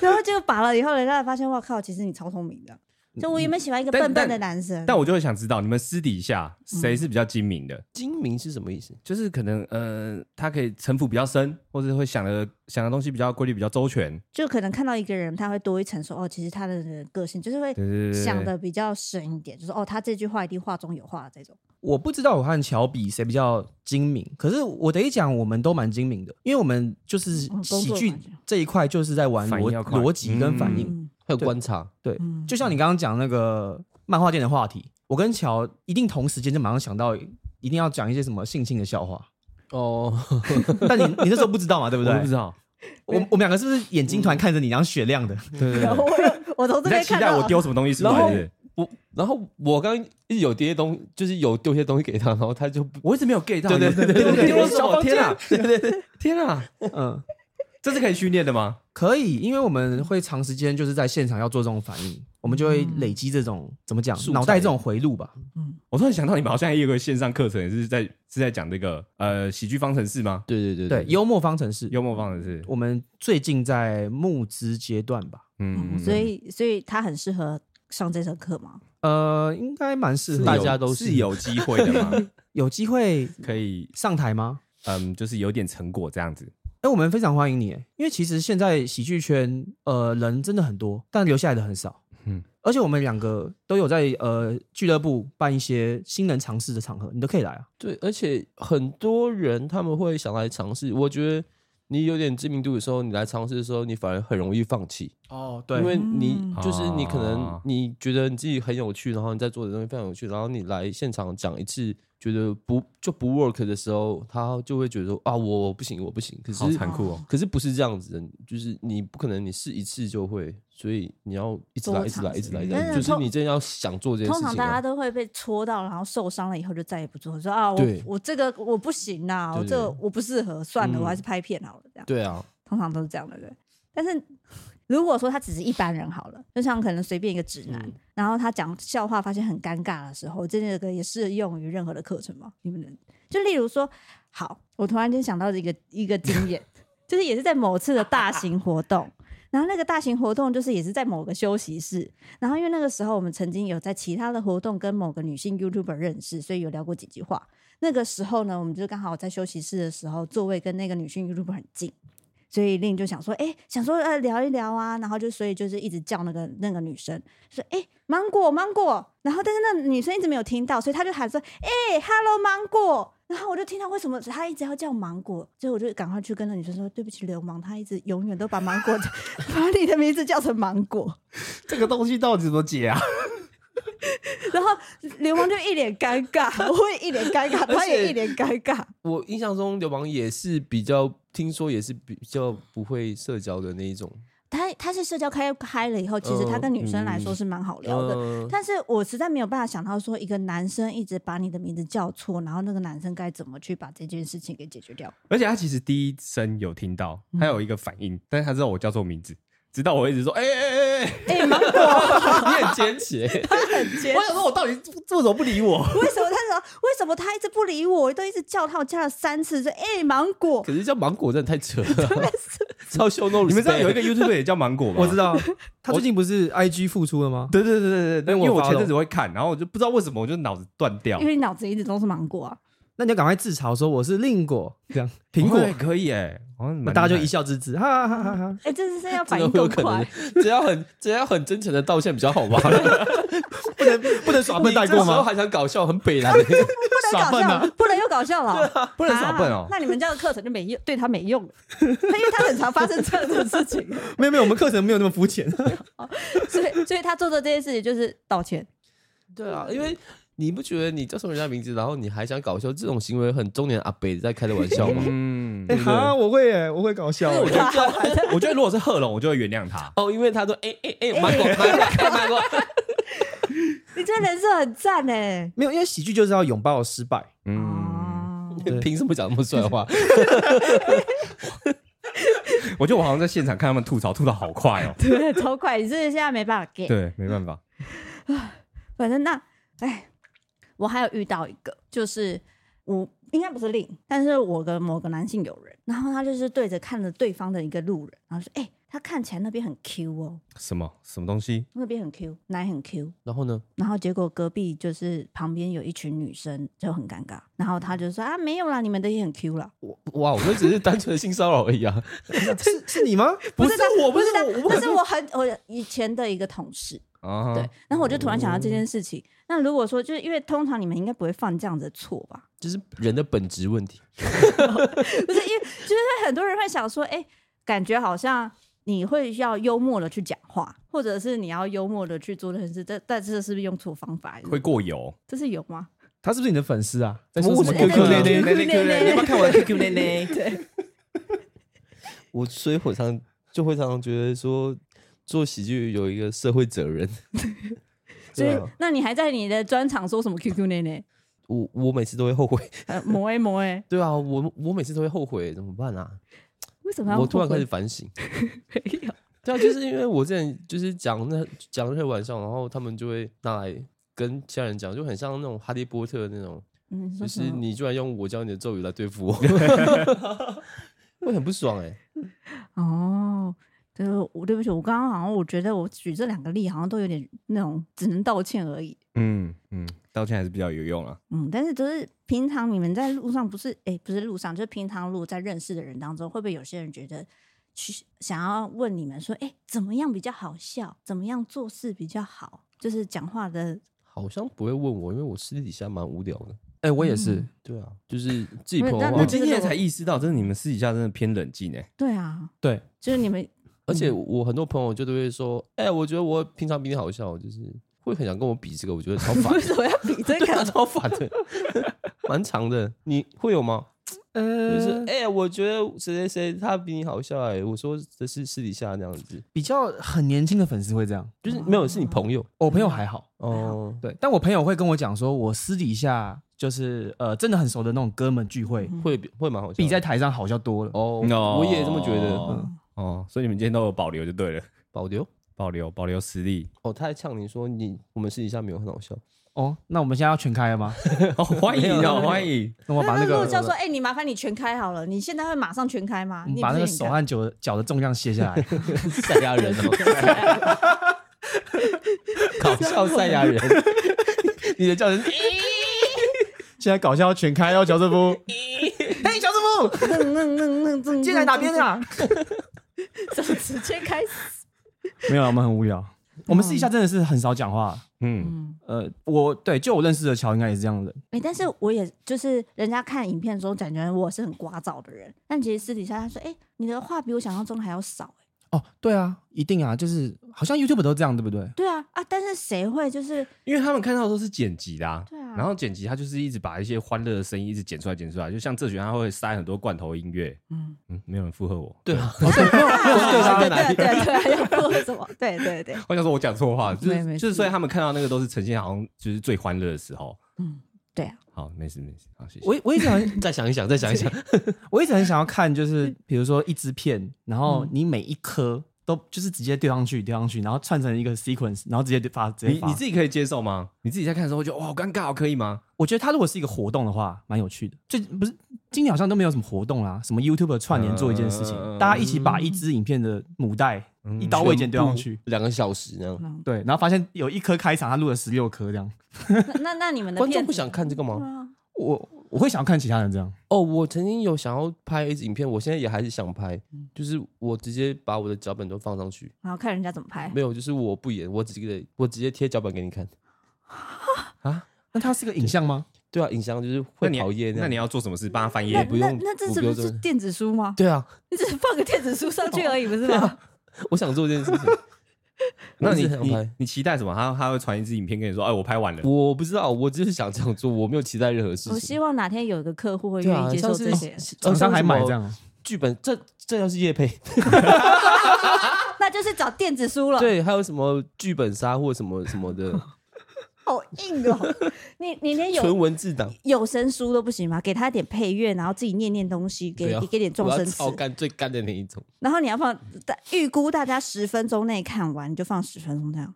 B: 然后就拔了以后，人家才发现，哇靠，其实你超聪明的。就我原本喜欢一个
A: 但
B: 笨笨的
A: 但
B: 男生，
A: 但我就会想知道你们私底下
B: 嗯
A: 谁是比较精明的，
C: 精明是什么意思？
A: 就是可能呃，他可以城府比较深，或者会想的想的东西比较规律比较周全，
B: 就可能看到一个人，他会多一层说，哦，其实他的个性就是会
A: 对对对对
B: 想的比较深一点，就是哦，他这句话一定话中有话的这种。
E: 我不知道我和乔比谁比较精明，可是我得讲，我们都蛮精明的，因为我们就是
B: 嗯工
E: 喜
B: 作
E: 剧
B: 蛮精
E: 这一块就是在玩
A: 反应
E: 逻
A: 要快
E: 逻辑跟反应。
B: 嗯
C: 还有观察，
E: 对，
B: 嗯
E: 就像你刚刚讲那个漫画店的话题，我跟乔一定同时间就马上想到，一定要讲一些什么性侵的笑话。
C: 哦，
E: 但你你那时候不知道嘛，对不
A: 我
E: 对
A: 都？不知道，
E: 我我们两个是不是眼睛突然看着你，然后 雪亮的？
A: 对对对
B: 有我有，我从
A: 你在
B: 这边
A: 期
B: 看
A: 待
B: 到
A: 我丢什么东西出来
C: 然后
A: 是不是？
C: 我然后我刚刚一直有丢些东，就是有丢些东西给他，然后他就不
A: 我一直没有 get 到，
C: 对对
A: 你们
C: 对对
A: 丢
C: 对对
A: 丢了什
C: 小
A: 么？
C: 房间
A: 天啊！对对对，天啊！
E: 嗯，
A: 这是可以训练的吗？
E: 可以，因为我们会长时间就是在现场要做这种反应，我们就会
B: 嗯
E: 累积这种怎么讲
C: 素材
E: 脑袋这种回路吧。
A: 我突然想到，你们好像也有个线上课程，也是在是在讲这个呃喜剧方程式吗？
C: 对对
E: 对，
C: 对，
E: 幽默方程式，
A: 幽默方程式，
E: 我们最近在募资阶段吧。
A: 嗯，
B: 嗯所以所以他很适合上这堂课嘛。
E: 呃，应该蛮适合
C: 大
E: 有
C: 家都
A: 是有机会的嘛，
E: 有机会
A: 可以，
E: 上台吗？
A: 嗯，就是有点成果这样子。
E: 哎、我们非常欢迎你，因为其实现在喜剧圈呃人真的很多，但留下来的很少。嗯
A: 嗯，
E: 而且我们两个都有在呃俱乐部办一些新人尝试的场合，你都可以来啊。
C: 对，而且很多人他们会想来尝试，我觉得。你有点知名度的时候，你来尝试的时候，你反而很容易放弃，
E: 哦，
C: 因为你
B: 嗯
C: 就是你可能
A: 啊
C: 你觉得你自己很有趣，然后你在做的东西非常有趣，然后你来现场讲一次，觉得不就不 work 的时候，他就会觉得说啊，我我不行，我不行。可是
A: 好残酷哦！
C: 可是不是这样子的，就是你不可能你试一次就会，所以你要一直来，
B: 多
C: 一直来，
B: 尝试
C: 一直来，
B: 嗯
C: 这样
B: 但是
C: 就是
B: 通
C: 你真的要想做这件事
B: 通
C: 情、啊。
B: 常大家都会被戳到，然后受伤了以后就再也不做，说啊，我
C: 对
B: 我这个我不行啦，我
C: 对对
B: 这个我不适合，算了，
C: 嗯
B: 我还是拍片好了，这样。
C: 对啊，
B: 通常都是这样的人。但是如果说他只是一般人好了，就像可能随便一个直男，然后他讲笑话发现很尴尬的时候，这个也适用于任何的课程吗？你们能就例如说，好，我突然间想到一个一个经验， 就是也是在某次的大型活动。 然后那个大型活动就是也是在某个休息室，然后因为那个时候我们曾经有在其他的活动跟某个女性 YouTuber 认识，所以有聊过几句话。那个时候呢，我们就刚好在休息室的时候，座位跟那个女性 YouTuber 很近，所以令就想说，哎、想说呃聊一聊啊，然后就所以就是一直叫那个那个女生说，哎、芒果芒果，然后但是那女生一直没有听到，所以她就喊说，哎、h e l l o 芒果，然后我就听到为什么她一直要叫芒果，所以我就赶快去跟那女生说，对不起流氓，她一直永远都把芒果 把你的名字叫成芒果，
A: 这个东西到底怎么解啊？
B: 然后流氓就一脸尴尬，我也一脸尴 尬，
C: 而
B: 她也
C: 且
B: 一脸尴尬，
C: 我印象中流氓也是比较，听说也是比较不会社交的那一种。
B: 她她是社交开开了以后，其实她跟女生来说是蛮好聊的，
C: 嗯，
B: 但是我实在没有办法想到说，一个男生一直把你的名字叫错，然后那个男生该怎么去把这件事情给解决掉？
A: 而且他其实第一声有听到，他有一个反应，但是他知道我叫错名字，直到我一直说，哎哎哎哎，
B: 哎、芒果，
C: 你很坚持、欸，
B: 他很尖。
E: 我想说，我到底为什么不理我？
B: 为什么他说？为什么他一直不理我？我都一直叫他，我叫了三次，说：“哎、芒果。
C: 可是叫芒果真的太扯了，超羞 怒。
A: 你们知道有一个 YouTube 也叫芒 果吗？
E: 我知道，他最近不是 IG 复出了吗？
A: 对对对对对，
E: 因
A: 因为
E: 为我
A: 哎我
E: follow
A: 前阵子会看，然后我就不知道为什么，我就脑子断”掉
B: 因。为脑子一直都是芒果啊，
E: 那你要赶快自嘲说我是令果，这样苹果
A: 哦，也可以哎，好像蛮厉
E: 那
A: 害
E: 大家就一笑置之，哈哈哈哈！
B: 哎、这是要
C: 真
B: 反
C: 的
B: 应
C: 会有
B: 够
C: 可能
B: 快
C: 的，，只要很只要很真诚的道歉比较好吧？
E: 不能不能耍笨带过
C: 你这时候
E: 吗？
C: 还想搞笑，很北蓝、欸。
B: 不能搞笑，不能又搞笑了、
A: 不能耍笨哦
B: 啊。那你们这样的课程就没用，对他没用了， 因为他很常发生这样的事情，啊
E: 没有没有，我们课程没有那么肤浅。
B: 所以所以他做的这些事情就是道歉。
C: 对啊，因为你不觉得你叫什么人家名字，然后你还想搞笑，这种行为很中年阿北在开的玩笑 吗？
A: 嗯，
E: 哎 哈，我会耶，啊我会搞笑耶。
A: 我觉得这样哎我觉得如果是贺龙，我就会原谅他。
C: 哦，因为他说，哎哎哎，马狗马狗哎马狗，
B: 你这人设很赞哎。
E: 没有，因为喜剧就是要拥抱失败。
A: 嗯，
B: 哦，
C: 凭什么讲那么帅的话？
A: 我觉得我好像在现场看他们吐槽，吐的好快 哦。
B: 对，超快，你这个现在没办法 get。
A: 对，没办法，
B: 反正那，哎，我还有遇到一个，就是我应该不是令，但是我跟某个男性友人，然后他就是对着看着对方的一个路人，然后说：“哎、他看起来那边很 Q 哦，
A: 什么什么东西？
B: 那边很 Q，奶很 Q。”
C: 然后呢？
B: 然后结果隔壁就是旁边有一群女生就很尴尬，然后他就说啊没有啦，你们的也很 Q 啦，
C: 我哇，我们只是单纯的性骚扰而已啊！
E: 是是你吗？
B: 不是他
E: 我，
B: 不
E: 不是
B: 他不
E: 我，
B: 是我很我以前的一个同事，
A: 啊，
C: 哦
B: 对，，然后我就突然想到这件事情。那如果说就是因为通常你们应该不会犯这样子的错吧？
C: 就是人的本质问题。
B: 不是因为就是很多人会想说，哎、感觉好像你会要幽默的去讲话，或者是你要幽默的去做这件事，但但这是不是用错方法？
A: 会过油。
B: 这是有吗？
E: 他是不是你的粉丝啊？在
C: 我
E: 说什么
C: 我
E: QQ 内内？
B: 内内内内，要不要看我的
D: QQ 内
C: 哎
D: 内？
B: 对，
C: 我所以会常就会常常觉得说，做喜剧有一个社会责任。
B: 所以
C: 对啊
B: 那你还在你的专场说什么 QQ 内内？
C: 我我每次都会后悔。
B: 呃，摩哎摩哎，
C: 对啊，我我每次都会后悔，怎么办啊？
B: 为什么要
C: 我突然
B: 后
C: 开
B: 悔
C: 始反省。
B: 没有？
C: 对啊，就是因为我之前就是讲那讲那些玩笑，然后他们就会拿来跟其他人讲，就很像那种哈利波特那种，
B: 嗯，你
C: 就
B: 说
C: 是
B: 什么
C: 你居然用我教你的咒语来对付 我，会很不爽哎、
B: 哦，对，我对不起，我刚刚好像我觉得我举这两个例好像都有点那种只能道歉而已。
A: 嗯嗯，道歉还是比较有用啊。
B: 嗯，但是就是平常你们在路上不是，哎、不是路上，就是平常路在认识的人当中，会不会有些人觉得去想要问你们说，哎、怎么样比较好笑，怎么样做事比较好，就是讲话的，
C: 好像不会问我，因为我私底下蛮无聊的。
E: 哎，我也是。
C: 对啊，就是自己
B: 没
C: 朋
B: 有
C: 友
B: 但
C: 的
A: 我
C: 话
B: 就
A: 今
B: 是
A: 天
B: 我
A: 才意识到，真的你们私底下真的偏冷静哎。
B: 对啊，
E: 对，
B: 就是你们
C: 而且
B: 嗯
C: 我很多朋友就都会说，哎、我觉得我平常比你好笑，就是会很想跟我比这个，我觉得超烦
B: 为，什么要比这
C: 对啊，
B: 个？
C: 超烦的，蛮长的。你会有吗？就是
E: 呃，
C: 哎、我觉得谁谁谁他比你好笑哎、我说的是私底下那样子，
E: 比较很年轻的粉丝会这样，
C: 就是没有是你朋友
E: 我朋友还好。
C: 哦，
E: 对，但我朋友会跟我讲说，我私底下就是呃，真的很熟的那种哥们聚会，
C: 会会蛮好笑的，
E: 比在台上好笑多了。
C: 哦，
A: 哦
C: 我也这么觉得，
B: 嗯
A: 哦哦，所以你们今天都有保留就对了，
C: 保留。
A: 保留保留实力。
C: 哦，他还呛你说你我们私底下没有很好笑，
E: 哦，那我们现在要全开了吗？
A: 好欢迎
C: 没有
A: 哦，欢迎。
E: 那我把 那
B: 那
E: 个
B: 陆教说，哎、你麻烦你全开好了，你现在会马上全开吗？
E: 嗯
B: 你
E: 把
B: 不
E: 那
B: 是
E: 个
B: 你
E: 手
B: 看
E: 和脚脚的重量卸下来。
C: 赛亚人哦，搞 笑赛亚 人，你的叫人
E: 现在搞笑要全开哦，乔 瑟夫。
D: 嘿，小师傅，
B: 嗯嗯嗯嗯嗯，
D: 进来哪边啊？
B: 怎么直接开始？
E: 没有啊，我们很无聊。我们私底下真的是很少讲话。
A: 嗯，
B: 嗯，
E: 呃，我对就我认识的乔，应该也是这样的人。
B: 哎、但是我也就是人家看影片的时候，感觉我是很聒噪的人，但其实私底下他说，哎、你的话比我想象中的还要少、欸，
E: 哦，对啊，一定啊，就是好像 YouTube 都这样，对不对？
B: 对啊啊，但是谁会就是
A: 因为他们看到的都是剪辑的、啊，
B: 对啊
A: 然后剪辑他就是一直把一些欢乐的声音一直剪出来，剪出来，就像这群他会塞很多罐头音乐，
B: 嗯，
A: 嗯，没有人附和 我，
C: 对啊，
E: 哦
B: 啊
C: 对对
B: 对对对对，啊要做什么？对对对，
A: 我想说我讲错话，就
B: 哦没没
A: 是
B: 事
A: 就是所以他们看到那个都是呈现好像就是最欢乐的时候，
B: 嗯，对啊，
A: 好，没事没事，好谢谢。
E: 我我一直很
C: 再想一想，再想一想，
E: 我一直很想要看，就是比如说一支片，
C: 嗯
E: 然后你每一颗都就是直接丢上去，丢上去，然后串成一个 sequence，然后直接发，直接
A: 你
E: 发。
A: 你自己可以接受吗？你自己在看的时候就哇好尴尬，哦可以吗？
E: 我觉得它如果是一个活动的话，蛮有趣的。最不是今年好像都没有什么活动啦，什么 YouTube 串联做一件事情，
A: 嗯
E: 大家一起把一支影片的母带、一刀未剪丢上去，
C: 两个小时那样，
B: 嗯
E: 对，然后发现有一颗开场，他录了十六颗这样。
B: 那那那你们的
C: 观
B: 片
C: 众不
B: 子
C: 想看这个
B: 对
C: 吗？
B: 啊，
E: 我我会想要看其他人这样，
C: 哦，我曾经有想要拍一支影片，我现在也还是想拍，
B: 嗯
C: 就是我直接把我的脚本都放上去，
B: 然后看人家怎么拍
C: 没，有，就是我不演，我直接我直接贴脚本给你看。
E: 那它是个影像吗？
C: 对啊，影像就是
A: 那
C: 会
A: 你
C: 跑页
A: 那你
C: 样。
A: 要做什么事？帮他翻
B: 那
A: 页？
C: 不
B: 那
C: 用
B: 那这
C: 不
B: 是
C: 标
B: 不是
C: 准
B: 电子书吗？
C: 对啊，啊
B: 你只是放个电子书上去而已，不是吗？
C: 我想做这件事情，
A: 那
C: 我一
A: 你
C: 直很想
A: 你
C: 拍
A: 你期待什么？他他会传一支影片跟你说，哎，我拍完了。
C: 我不知道，我只是想这样做，我没有期待任何事
B: 我
C: 情。
B: 希望哪天有一个客户会
C: 对
B: 愿
C: 啊，
B: 意接受
C: 像是
B: 这 些，
E: 厂
C: 呃
E: 商还买这样，啊
C: 剧本，这这要是叶 配，
B: 那就是找电子书了。
C: 对，还有什么剧本杀或什么什么的
B: 好硬哦！ 你你连
C: 纯
B: 有
C: 文字档，
B: 有声书都不行吗？给他一点配乐，然后自己念念东西，给、
C: 对啊
B: 给点撞
C: 我要
B: 声
C: 超
B: 词，
C: 干最干的那一种，
B: 然后你要放大预估大家十分钟内看完，你就放十分钟这样。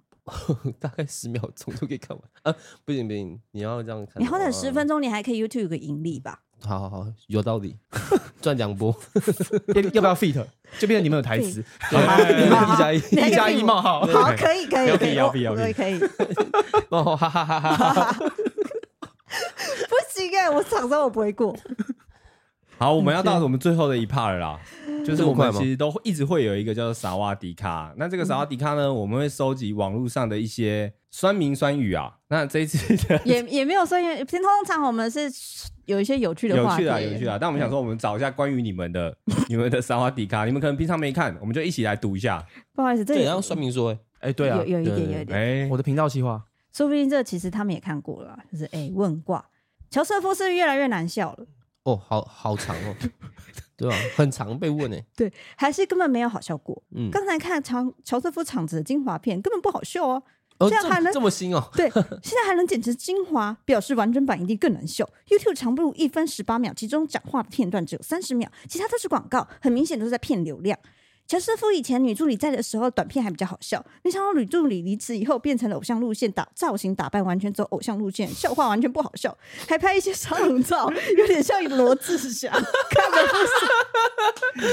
C: 大概十秒钟就可以看完。啊，不行不行，你要这样看的话，
B: 你后等十分钟，你还可以 YouTube 有个盈利吧？
C: 好好好，有道理， 赚两 波，
E: 要要不要 fit？就 变成你们有台词，
A: 哎
B: 好
C: 一加一，
B: 你还可以
E: 一加
B: 替
E: 一
B: 我
E: 冒号，
B: 哎好，可以可以
A: 要
B: 可以，
A: 比要
B: 我
A: 比要比
B: 我也可以，不
C: 哦，哈哈哈哈哈，
B: 行哎、我厂商我不 会过。
A: 好，我们要到我们最后的一 part 了啦，就是
C: 这么
A: 我
C: 快
A: 们
C: 吗
A: 其实都会一直会有一个叫做萨瓦迪卡。那这个萨瓦迪卡呢，我们会收集网络上的一些酸民酸语啊。那这一次的
B: 也也没有说，因为通常我们是有一些有趣的
A: 有
B: 话题，
A: 趣啊，有趣啊！但我们想说，我们找一下关于你们的、你们的萨瓦迪卡，你们可能平常没看，我们就一起来读一下。
B: 不好意思，这
C: 这也
B: 有
C: 要算明说哎，
E: 哎，对啊
B: 有，有一点，
C: 对
B: 有一点，
A: 哎
E: 我，的频道计划，
B: 说不定这其实他们也看过了，就是哎、问卦，乔瑟夫是越来越难笑了，
C: 哦，好好长 哦，对啊，很长被问哎，
B: 对，还是根本没有好笑过。
C: 嗯，
B: 刚才看乔乔瑟夫场子的精华片根本不好笑哦，
C: 哦，
B: 这样还能
C: 这这么新哦，
B: 对，现在还能剪成精华，表示完整版一定更难笑。YouTube 长不如一分十八秒，其中讲话的片段只有三十秒，其他都是广告，很明显都是在骗流量。乔师傅以前女助理在的时候，短片还比较好笑。没想到女助理离职以后，变成了偶像路线，打造型打扮完全走偶像路线，笑话完全不好笑，还拍一些沙龙照，有点像罗志祥，看了不爽，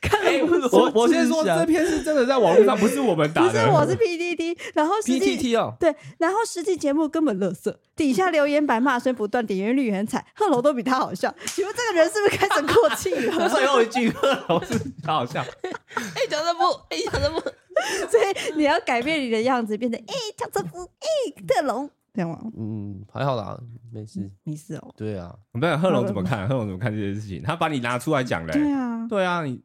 B: 看 了不爽。
A: 我我先说，
B: 啊
A: 这篇是真的在网络上，不是我们
B: 不
A: 打
B: 是
A: 的。，
B: 我是 PDD，然后实际
C: PTT 哦，
B: 对，然后实际节目根本垃圾，底下留言板骂声不断，点阅率也很惨，贺龙都比他好笑。请问这个人是不是开始过气了？
A: 最后一句，老师好好笑。
C: 哎，讲的不，哎，讲的不，
B: 所以你要改变你的样子，变成哎乔瑟夫，哎特龙，这样吗？
C: 嗯，还好啦，没事，
B: 没事哦。
C: 对啊，
A: 我们贺龙怎么看？贺龙怎么看这件事情？他把你拿出来讲了。
B: 对啊，
A: 对啊，你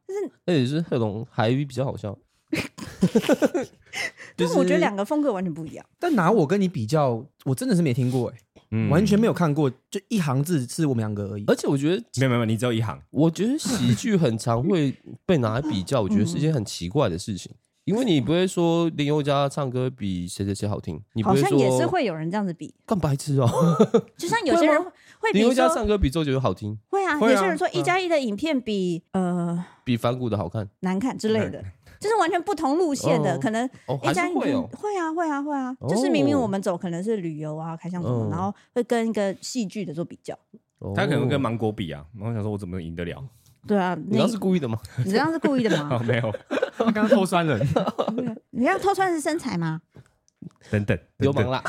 C: 而且是贺龙还比较好笑，
B: 但我觉得两个风格完全不一样。
E: 但拿我跟你比较，我真的是没听过哎，
A: 嗯
E: 完全没有看过，就一行字是我们两个而已。
C: 而且我觉得
A: 没有没有，你只有一行。
C: 我觉得喜剧很常会被拿来比较，我觉得是一件很奇怪的事情，因为你不会说林宥嘉唱歌比谁谁谁好听，你不
B: 好
C: 会
B: 像
C: 说
B: 也是会有人这样子比，
C: 干白痴 哦，
B: 就像有些人会比
C: 林宥嘉
B: 说
C: 唱歌比周杰伦好听，
B: 会啊，
A: 会啊
B: 有些人说一加一的影片比呃
C: 比反骨的好看
B: 难看之类的，就是完全不同路线的，
C: 哦
B: 可能
C: 哦，
B: 一
C: 还是
B: 家一
C: 会哦，
B: 会啊，会啊，会啊，
C: 哦
B: 就是明明我们走可能是旅游啊、开箱什么，
C: 嗯
B: 然后会跟一个戏剧的做比较。
C: 哦
A: 他可能跟芒果比啊。然后想说，我怎么能赢得了？
B: 对啊，
C: 你
B: 你
C: 要是故 意的吗？
B: 你这样是故意的
A: 哦，
B: 吗？
A: 没有，
E: 刚刚偷酸人，
B: 对啊你要偷穿是身材吗？
A: 等等，
C: 流
A: 有
C: 氓啦，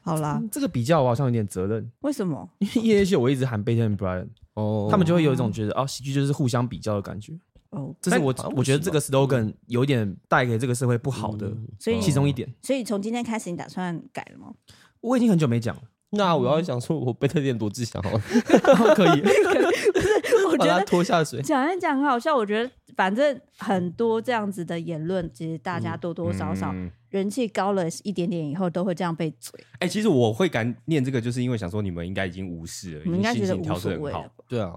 B: 好啦，
A: 嗯
E: 这个比较我好像有点责任，
B: 为什么？
E: 因为夜夜秀我一直喊 b e t e n Brian，
C: 哦，
E: 他们就会有一种觉得哦，喜剧就是互相比较的感觉。
B: 哦，
E: 这是
C: 但
E: 我
C: 好像不
E: 我觉得
C: 是
E: 这个 slogan 有一点带给这个社会不好的
C: 嗯
B: 所以
E: 其中一点。
B: 所以从今天开始，你打算改了吗？
E: 我已经很久没 讲了，
C: 那我要想说，我被他练罗志 祥好了，
E: 可以。
B: 我觉
C: 哦把他
B: 得
C: 拖下水。
B: 讲一讲很好笑，我觉得反正很多这样子的言论，其实大家多多少少
A: 嗯
B: 人气高了一点点以后，都会这样被嘴。
A: 哎、其实我会敢念这个，就是因为想说你们应该已经无视了，
B: 你们应该
A: 已
B: 觉
A: 经
B: 得
A: 心情
B: 无
A: 调
B: 所
A: 整
B: 谓
A: 很
B: 了
A: 好。
B: 吧？
C: 对啊，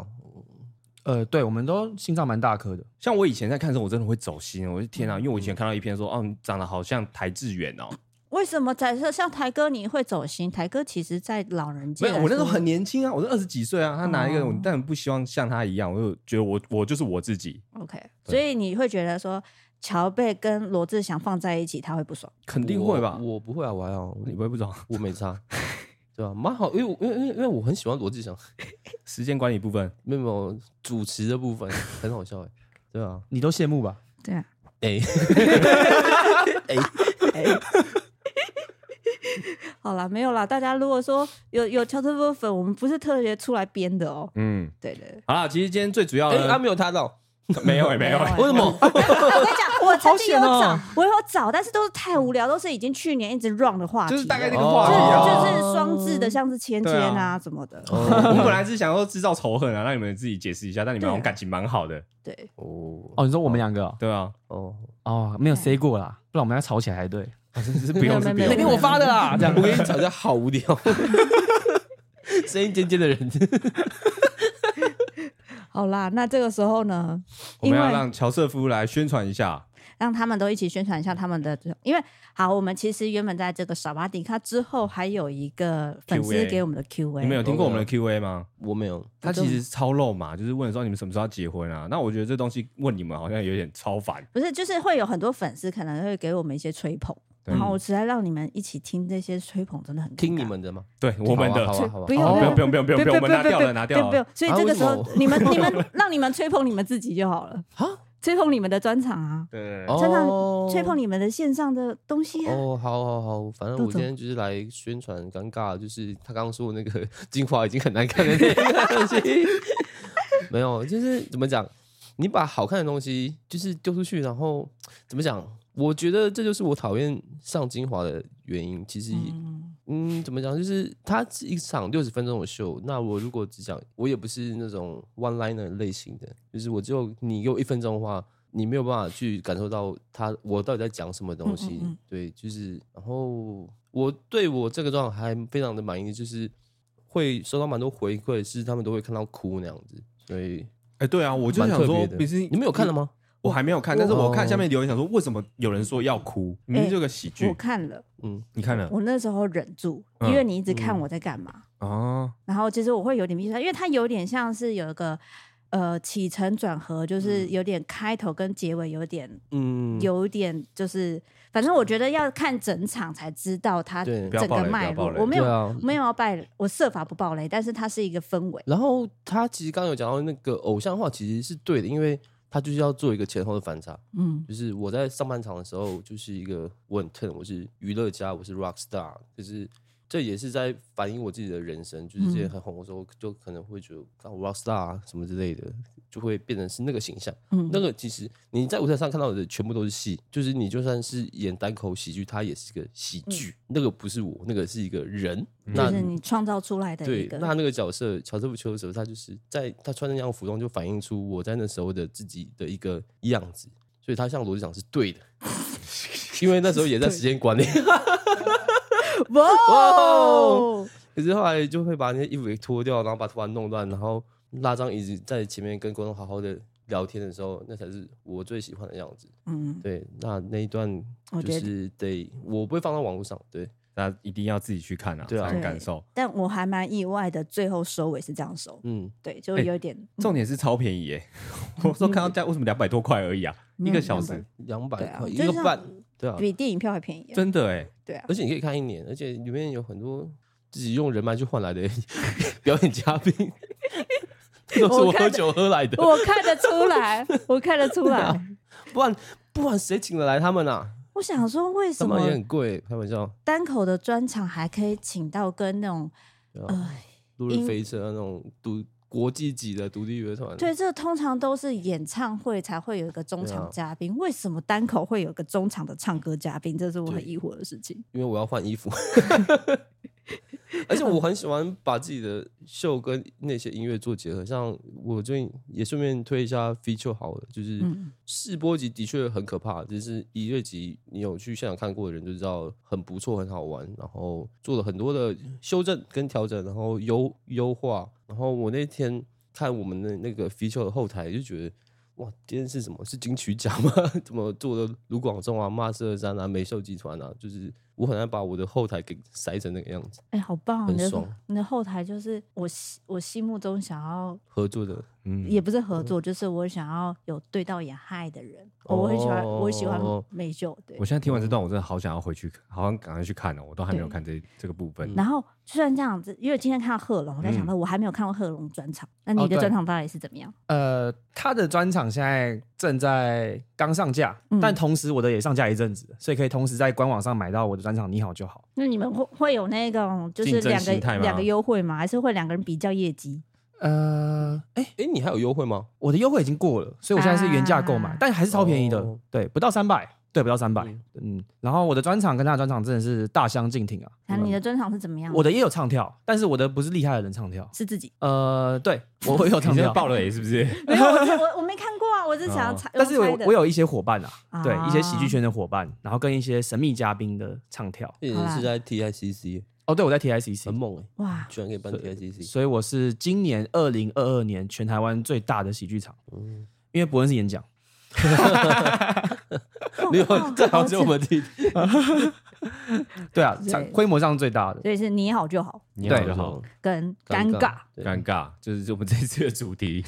E: 呃，对，我们都心脏蛮大颗的，
A: 像我以前在看的时候，我真的会走心，我就天
B: 嗯
A: 啊！因为我以前看到一篇说，哦，你长得好像台志远 哦。
B: 为什么假设像台哥你会走心？台哥其实，在老人界
A: 没有，我那时候
B: 来说
A: 很年轻啊，我是二十几岁啊。他拿一个，
B: 哦
A: 我但不希望像他一样，我就觉得我我就是我自己，
B: OK，
A: 对
B: 所以你会觉得说乔贝跟罗志祥放在一起，他会 不爽。
A: 肯定会吧？
C: 我我不会啊，我还好，
A: 你不会不懂
C: 我 没差，对啊，蛮好，因为我因为因为因为我很喜欢罗志祥，
A: 时间管理部分，
C: 没有没有主持的部分很好笑哎、对啊，
E: 你都羡慕吧？
B: 对啊，
C: 哎、
B: 哎 好啦，没有啦，大家如果说有有乔特夫粉，我们不是特别出来编的哦。
A: 嗯，
B: 对对对，
A: 好啦，其实今天最主要
C: 哎、
A: 的、
C: 他
B: 啊
C: 没有他到，
A: 没有、欸、没有、啊欸，
C: 为什么？
B: 哎我跟你 讲，我曾经有
E: 好
B: 找
E: 险哦，
B: 我有找，但是都是太无聊，都是已经去年一直 run 的话题
A: 就
B: 了，
A: 是大概那个
C: 哦
A: 话
B: 就
A: 题啊。
B: 是就是双字的，像是芊芊
A: 对
B: 啊
A: 啊
B: 什么的。
A: 我们
C: 哦
A: 本来是想说制造仇恨啊，让
C: 啊
A: 你们自己解释一下，但你们好像感情蛮好的，
B: 对，
C: 哦
E: 哦，你说我们两个哦
A: 对啊，
C: 哦，
E: 哦，没有 say 过啦，不然我们要吵起来才对。
A: 真是不用，是不
B: 没有
A: 用
B: 没
E: 那天
B: 有。
E: 我发的啦，这样
C: 啊我跟你吵架好无 聊，声音尖尖的人，
B: 好啦，那这个时候呢，
A: 我们要让乔瑟夫来宣传一下，
B: 让他们都一起宣传一下他们的，因为好，我们其实原本在这个傻巴迪卡之后，还有一个粉丝
A: Q&A
B: 给我们的
A: 你们有
B: Q&A，
A: 听过我们的 Q&A 吗？
C: 我没有。
A: 他其实超肉嘛，就是问说你们什么时候要结婚啊？那我觉得这东西问你们好像有点超烦。
B: 不是，就是会有很多粉丝可能会给我们一些吹捧，
A: 对
C: 嗯
B: 然后我实在让你们一起听这些吹捧，真的很尴尬
C: 听你。们的吗？
A: 对，我们的
C: 好啊，好啊，好
B: 不
C: 啊。
B: 不用
A: 哦不
B: 用
A: 用不用不用不用不用，我们拿掉了拿掉
B: 不用
A: 了。。
B: 所以
C: 啊
B: 这个
C: 为
B: 时
C: 什
B: 候
C: 么啊
B: 你们你们让你们吹捧你们自己就好了，吹捧你们的专场啊，
A: 对对对，
B: 专
C: 哦
B: 场吹捧你们的线上的东西啊。
C: 哦，好好好，反正
B: 豆
C: 我今
B: 豆
C: 天就是来宣传尴尬，就是他刚刚说的那个 精华已经很难看的那个东 西，没有，就是怎么讲，你把好看的东西就是丢出去，然后怎么讲？我觉得这就是我讨厌上精华的原因。其实，
B: 嗯
C: 嗯，怎么讲？就是它是一场六十分钟的秀，那我如果只讲，我也不是那种 one liner 类型的，就是我只有你给我一分钟的话，你没有办法去感受到他我到底在讲什么东西。
B: 嗯嗯嗯
C: 对，就是然后我对我这个状态还非常的满意，就是会收到蛮多回馈，是他们都会看到哭那样子，所以
A: 哎对啊，我就
C: 蛮
A: 想
C: 特
A: 说
C: 别，的。
A: 不是
C: 你们有看了？吗？哦
A: 我还没有看，但是
C: 我
A: 我看下面留言想说，为什么有人说要哭？明明就个喜
B: 我
A: 剧，
B: 看了，
C: 嗯，
A: 你看了
B: 我那时候忍住，
A: 嗯
B: 因为你一直看
C: 嗯
B: 我在干嘛，
A: 哦，
B: 然后其实我会有点迷失，因为它有点像是有一个呃起承转合，就是
A: 嗯
B: 有点开头跟结尾有点
C: 嗯，
B: 有点就是，反正我觉得要看整场才知道它
C: 对
B: 整
A: 不要爆
B: 个
A: 雷
B: 脉
A: 不要
B: 络
A: 爆。雷
B: 我没有、
C: 对啊
B: 没有要爆，我设法不爆雷，但是它是一个氛围。
C: 然后他其实刚刚有讲到那个偶像化，其实是对的，因为他就是要做一个前后的反差。
B: 嗯，
C: 就是我在上半场的时候，就是一个我很 turn，我是娱乐家，我是 rock star，就是这也是在反映我自己的人生。就是之
B: 嗯
C: 前很红的时候，就可能会觉得啊 rock star 啊什么之类的，就会变成是那个形象。
B: 嗯
C: 那个其实你在舞台上看到的全部都是戏，就是你就算是演单口喜剧，它也是个喜剧。那个不是我，那个是一个人。那
B: 嗯就是你创造出来的一
C: 对，
B: 个，
C: 那那个角色乔治·布丘的时候，他就是在他穿那样的服装，就反映出我在那时候的自己的一个样子，所以他像逻辑讲是对的， 因为那时候也在时间管理，
B: 哦哇，
A: 哦
C: 可是后来就会把那些衣服给脱掉，然后把头发弄乱，然后拉张椅子在前面跟观众好好的聊天的时候，那才是我最喜欢的样子。
B: 嗯，
C: 对，那那一段
B: 我
C: 就
B: 觉得
C: 是得我不会放到网络上，对，
A: 大家一定要自己去看啊，才
C: 对啊
A: 能感受。
B: 但我还蛮意外的，最后收尾是这样收，
C: 嗯，
B: 对，就
A: 哎
B: 有点
A: 重点是超便宜耶， 我说看到价为什么两百多块而已啊，一
B: 没有
A: 个小
B: 两
A: 时，
C: 两百
B: 对啊
C: 块一
B: 就
C: 个
B: 像
C: 半，对啊，
B: 比电影票还便宜啊，
A: 真的哎，
B: 对啊，
C: 而且你可以看一年，而且里面有很多自己用人脉去换来的 表演嘉 宾，这都是我
B: 我看
C: 喝
B: 的
C: 酒喝来的，啊
B: 我看得 出来，我看得出来。
C: 不然不然谁请得来他们啊？
B: 我想说，为
C: 他
B: 什
C: 们也
B: 么
C: 很贵，开玩笑，
B: 单口的专场还可以请到跟那种
C: 对吧、
B: 呃，
C: 路人
B: 因
C: 飞车那种独国际级的独立乐团，
B: 对，这通常都是演唱会才会有一个中
C: 对啊
B: 场嘉宾，为什么单口会有一个中场的唱歌嘉宾？这是我
C: 对
B: 很疑惑的事情。
C: 因为我要换衣服， 而且我很喜欢把自己的秀跟那些音乐做结合。像我最近也顺便推一下 feature 好了，就是
B: 嗯
C: 试播集的确很可怕，就是一月集你有去现场看过的人就知道很不错，很好玩，然后做了很多的修正跟调整，然后优优化。然后我那天看我们的那个 feature 的后台，就觉得。哇，今天是什么？是金曲奖吗？ 怎么做的？卢广仲啊、骂色山啊、美秀集团啊，就是我很爱把我的后台给塞成那个样子。
B: 哎、好棒、哦！
C: 很
B: 你的
C: 爽
B: 你的后台就是我心我心目中想要，
C: 合作的
A: 嗯，
B: 也不是合作，就是我想要有对到眼嗨的人。哦我很喜欢，我喜欢
C: 哦
B: 美秀。对
A: 我，现在听完这段，我真的好想要回去，好想赶快去看哦，我都还没有看这这个部分。
B: 然后虽然这样子，因为今天看到贺龙，我在想
A: 嗯
B: 到我还没有看过贺龙专场，那
E: 哦
B: 你的
E: 对
B: 专场到底是怎么样？
E: 呃，他的专场现在正在刚上架，
B: 嗯
E: 但同时我的也上架一阵子，所以可以同时在官网上买到我的专场《你好就好
B: 那你们会会有那种就是
A: 竞争
B: 两个
A: 心态吗
B: 两个优惠吗？还是会两个人比较业绩？》。
E: 呃，哎、
C: 哎、你还有优惠吗？
E: 我的优惠已经过了，所以我现在是原价购买，
B: 啊
E: 但还是超便宜的，
C: 哦
E: 对，不到三百。对，不到三百，嗯，然后我的专场跟他的专场真的是大相径庭啊。
B: 那你的专场是怎么样？
E: 我的也有唱跳，但是我的不是厉害的人唱跳，
B: 是自己，
E: 呃，对我我有唱
A: 你现在
E: 跳，
A: 爆雷是不是？
B: 没有，我我我没看过啊，我是想要猜，
E: 但是
B: 用
E: 我
B: 猜的
E: 我有一些伙伴啊，对
B: 啊
E: 一些喜剧圈的伙伴，然后跟一些神秘嘉宾的唱跳。
C: 一
B: 好
C: 人
B: 啦
C: 是在 TICC，
E: 哦，对，我在 T I C
C: 很
E: C，
C: 猛哎，
B: 哇，
C: 居然可以办 TICC，
E: 所以我是今年二零二二年全台湾最大的喜剧场，
C: 嗯
E: 因为伯恩是演讲，
C: 没有
B: 哇，
C: 这好像我们 听
E: 对啊，
B: 对
E: 场规模上最大的。
B: 所以是你好就好，
A: 你好就好，，
B: 跟尴尬。，
C: 对
A: 尴尬就是我们这次的主题。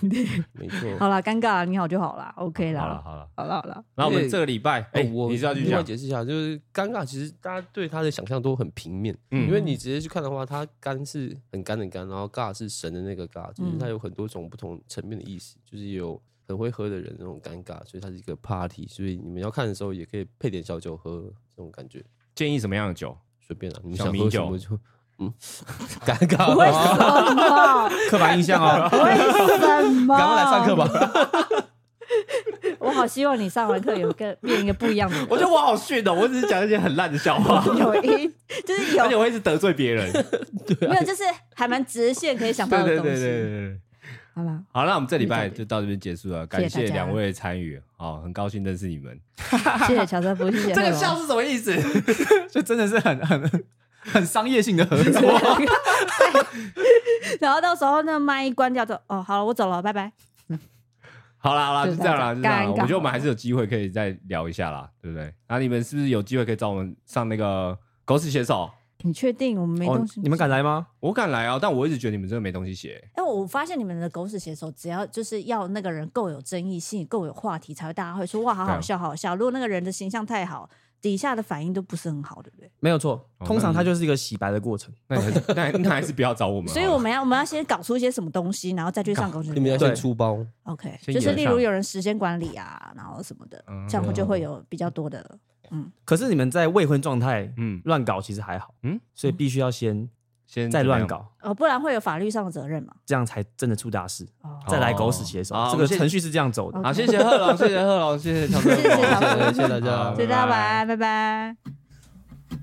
C: 没错。
B: 好啦，尴尬，你好就好啦 o k
A: 好了
B: 啦，
A: 好了，
B: 好啦好啦，
A: 然后我们这个礼拜，哎，
C: 哦我
A: 你是要去
C: 另外
A: 讲，
C: 解释一下，就是尴尬，其实大家对他的想象都很平面，
A: 嗯
C: 因为你直接去看的话，他干是很干很干，然后尬是神的那个尬，就是
B: 嗯
C: 它有很多种不同层面的意思，就是有很会喝的人那种尴尬，所以它是一个 party，所以你们要看的时候也可以配点小酒喝，这种感觉
A: 建议什么样的酒？
C: 随便啊，你们
A: 小
C: 想
A: 米
C: 喝什
A: 酒
C: 么就嗯，尴尬
B: 为什么？
E: 刻板印象哦，
B: 为什么？
E: 赶快来上课！吧！
B: 我好希望你上完课有个变一个不一样 的 人，
A: 我觉得我好逊哦，我只是讲一些很烂的笑 话，
B: 有一就是有
A: 而且我一直得罪别 人。
B: 没有，就是还蛮直线可以想
A: 对
B: 到
A: 对
B: 的
A: 对
B: 东
A: 对对
B: 西。
A: 对。
B: 好啦，
A: 好，那我们这礼拜
B: 没重点
A: 就到这边结束了，
B: 谢谢
A: 感谢
B: 大家
A: 两位的参与，好，很高兴认识你们。
B: 谢谢乔瑟夫，谢 谢
A: 这
B: 贺
A: 个
B: 龙
A: 笑是什么意思？
E: 就真的是很很 很商业性的合作，
B: 然后到时候那麦一关掉就哦，好了，我走了，拜拜。
A: 好啦好啦，
B: 就
A: 就是这样啦，就
B: 这样
A: 这样啦。
B: 尴尬
A: 我觉得我们还是有机会可以再聊一下啦，对不对？那你们是不是有机会可以找我们上那个狗屎写手？
B: 你确定我们没
E: 哦
B: 东西？
E: 你们敢？来吗？
A: 我敢来啊，但我一直觉得你们真的没东西写。
B: 哎，我发现你们的狗屎写手，只要就是要那个人够有争议性、够有话题，才会大家会说哇，好好笑，好好笑。如果那个人的形象太好，底下的反应都不是很好，对不对？
E: 没有错，
A: 哦
E: 通常
A: 那
E: 它就是一个洗白的过程。
A: 那你还是那那还是不要找我们好了。
B: 所以我们要我们要先搞出一些什么东西，然后再去上狗屎写手。
C: 你们要先
E: 对
C: 出包，
B: OK，
A: 先
B: 就是
A: 演
B: 例
A: 上
B: 如有人时间管理啊，然后什么的，
A: 嗯
B: 这样我就会有比较多的。
E: 可是你们在未婚状态
A: 嗯，
E: 乱搞其实还好，
A: 嗯
E: 嗯，所以必须要先
A: 先
E: 再
A: 怎么
E: 乱
A: 样，
E: 搞，
B: 呃，不然会有法律上的责任嘛。
E: 这样才真的出大事，
B: 哦，
E: 再来狗屎写手
A: 哦，我
E: 这个
A: 先
E: 程序是这样走的。
A: 好，谢谢贺龙，谢谢贺龙，谢 谢乔哥，
B: 谢谢
C: 谢
B: 好
C: 谢谢谢大家
A: 好。
B: 谢谢大家，
A: 拜
B: 晚安，拜拜。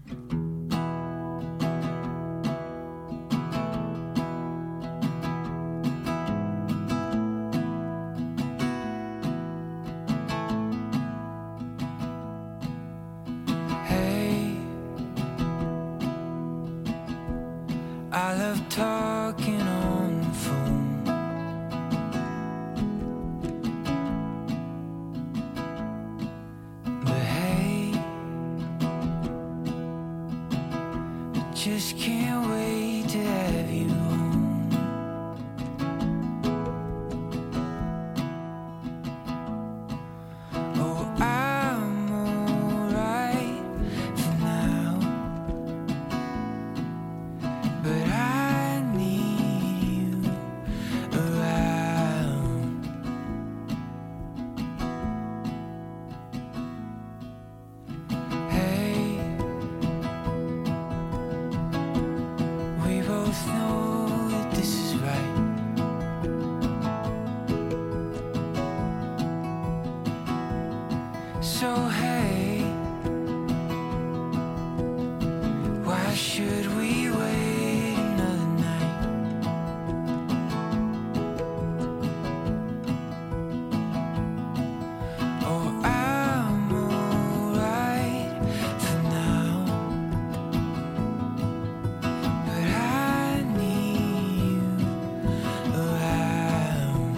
F: Hey, I love talking on the phone. But hey, I just can't wait to have you home. Oh, I'm alright for now, but I need you around. Hey, we both know that this is right. So hey, why should we wait another night? Oh, I'm alright for now, but I need you around.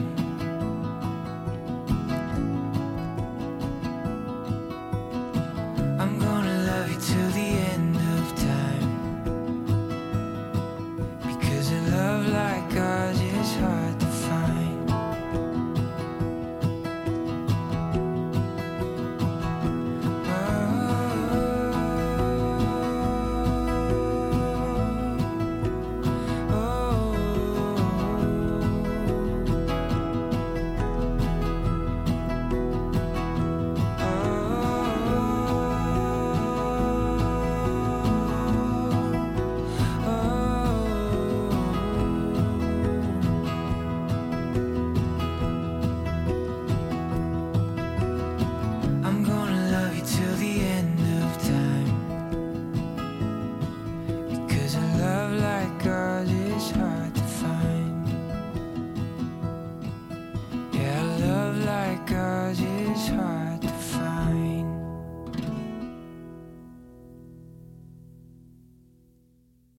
F: heart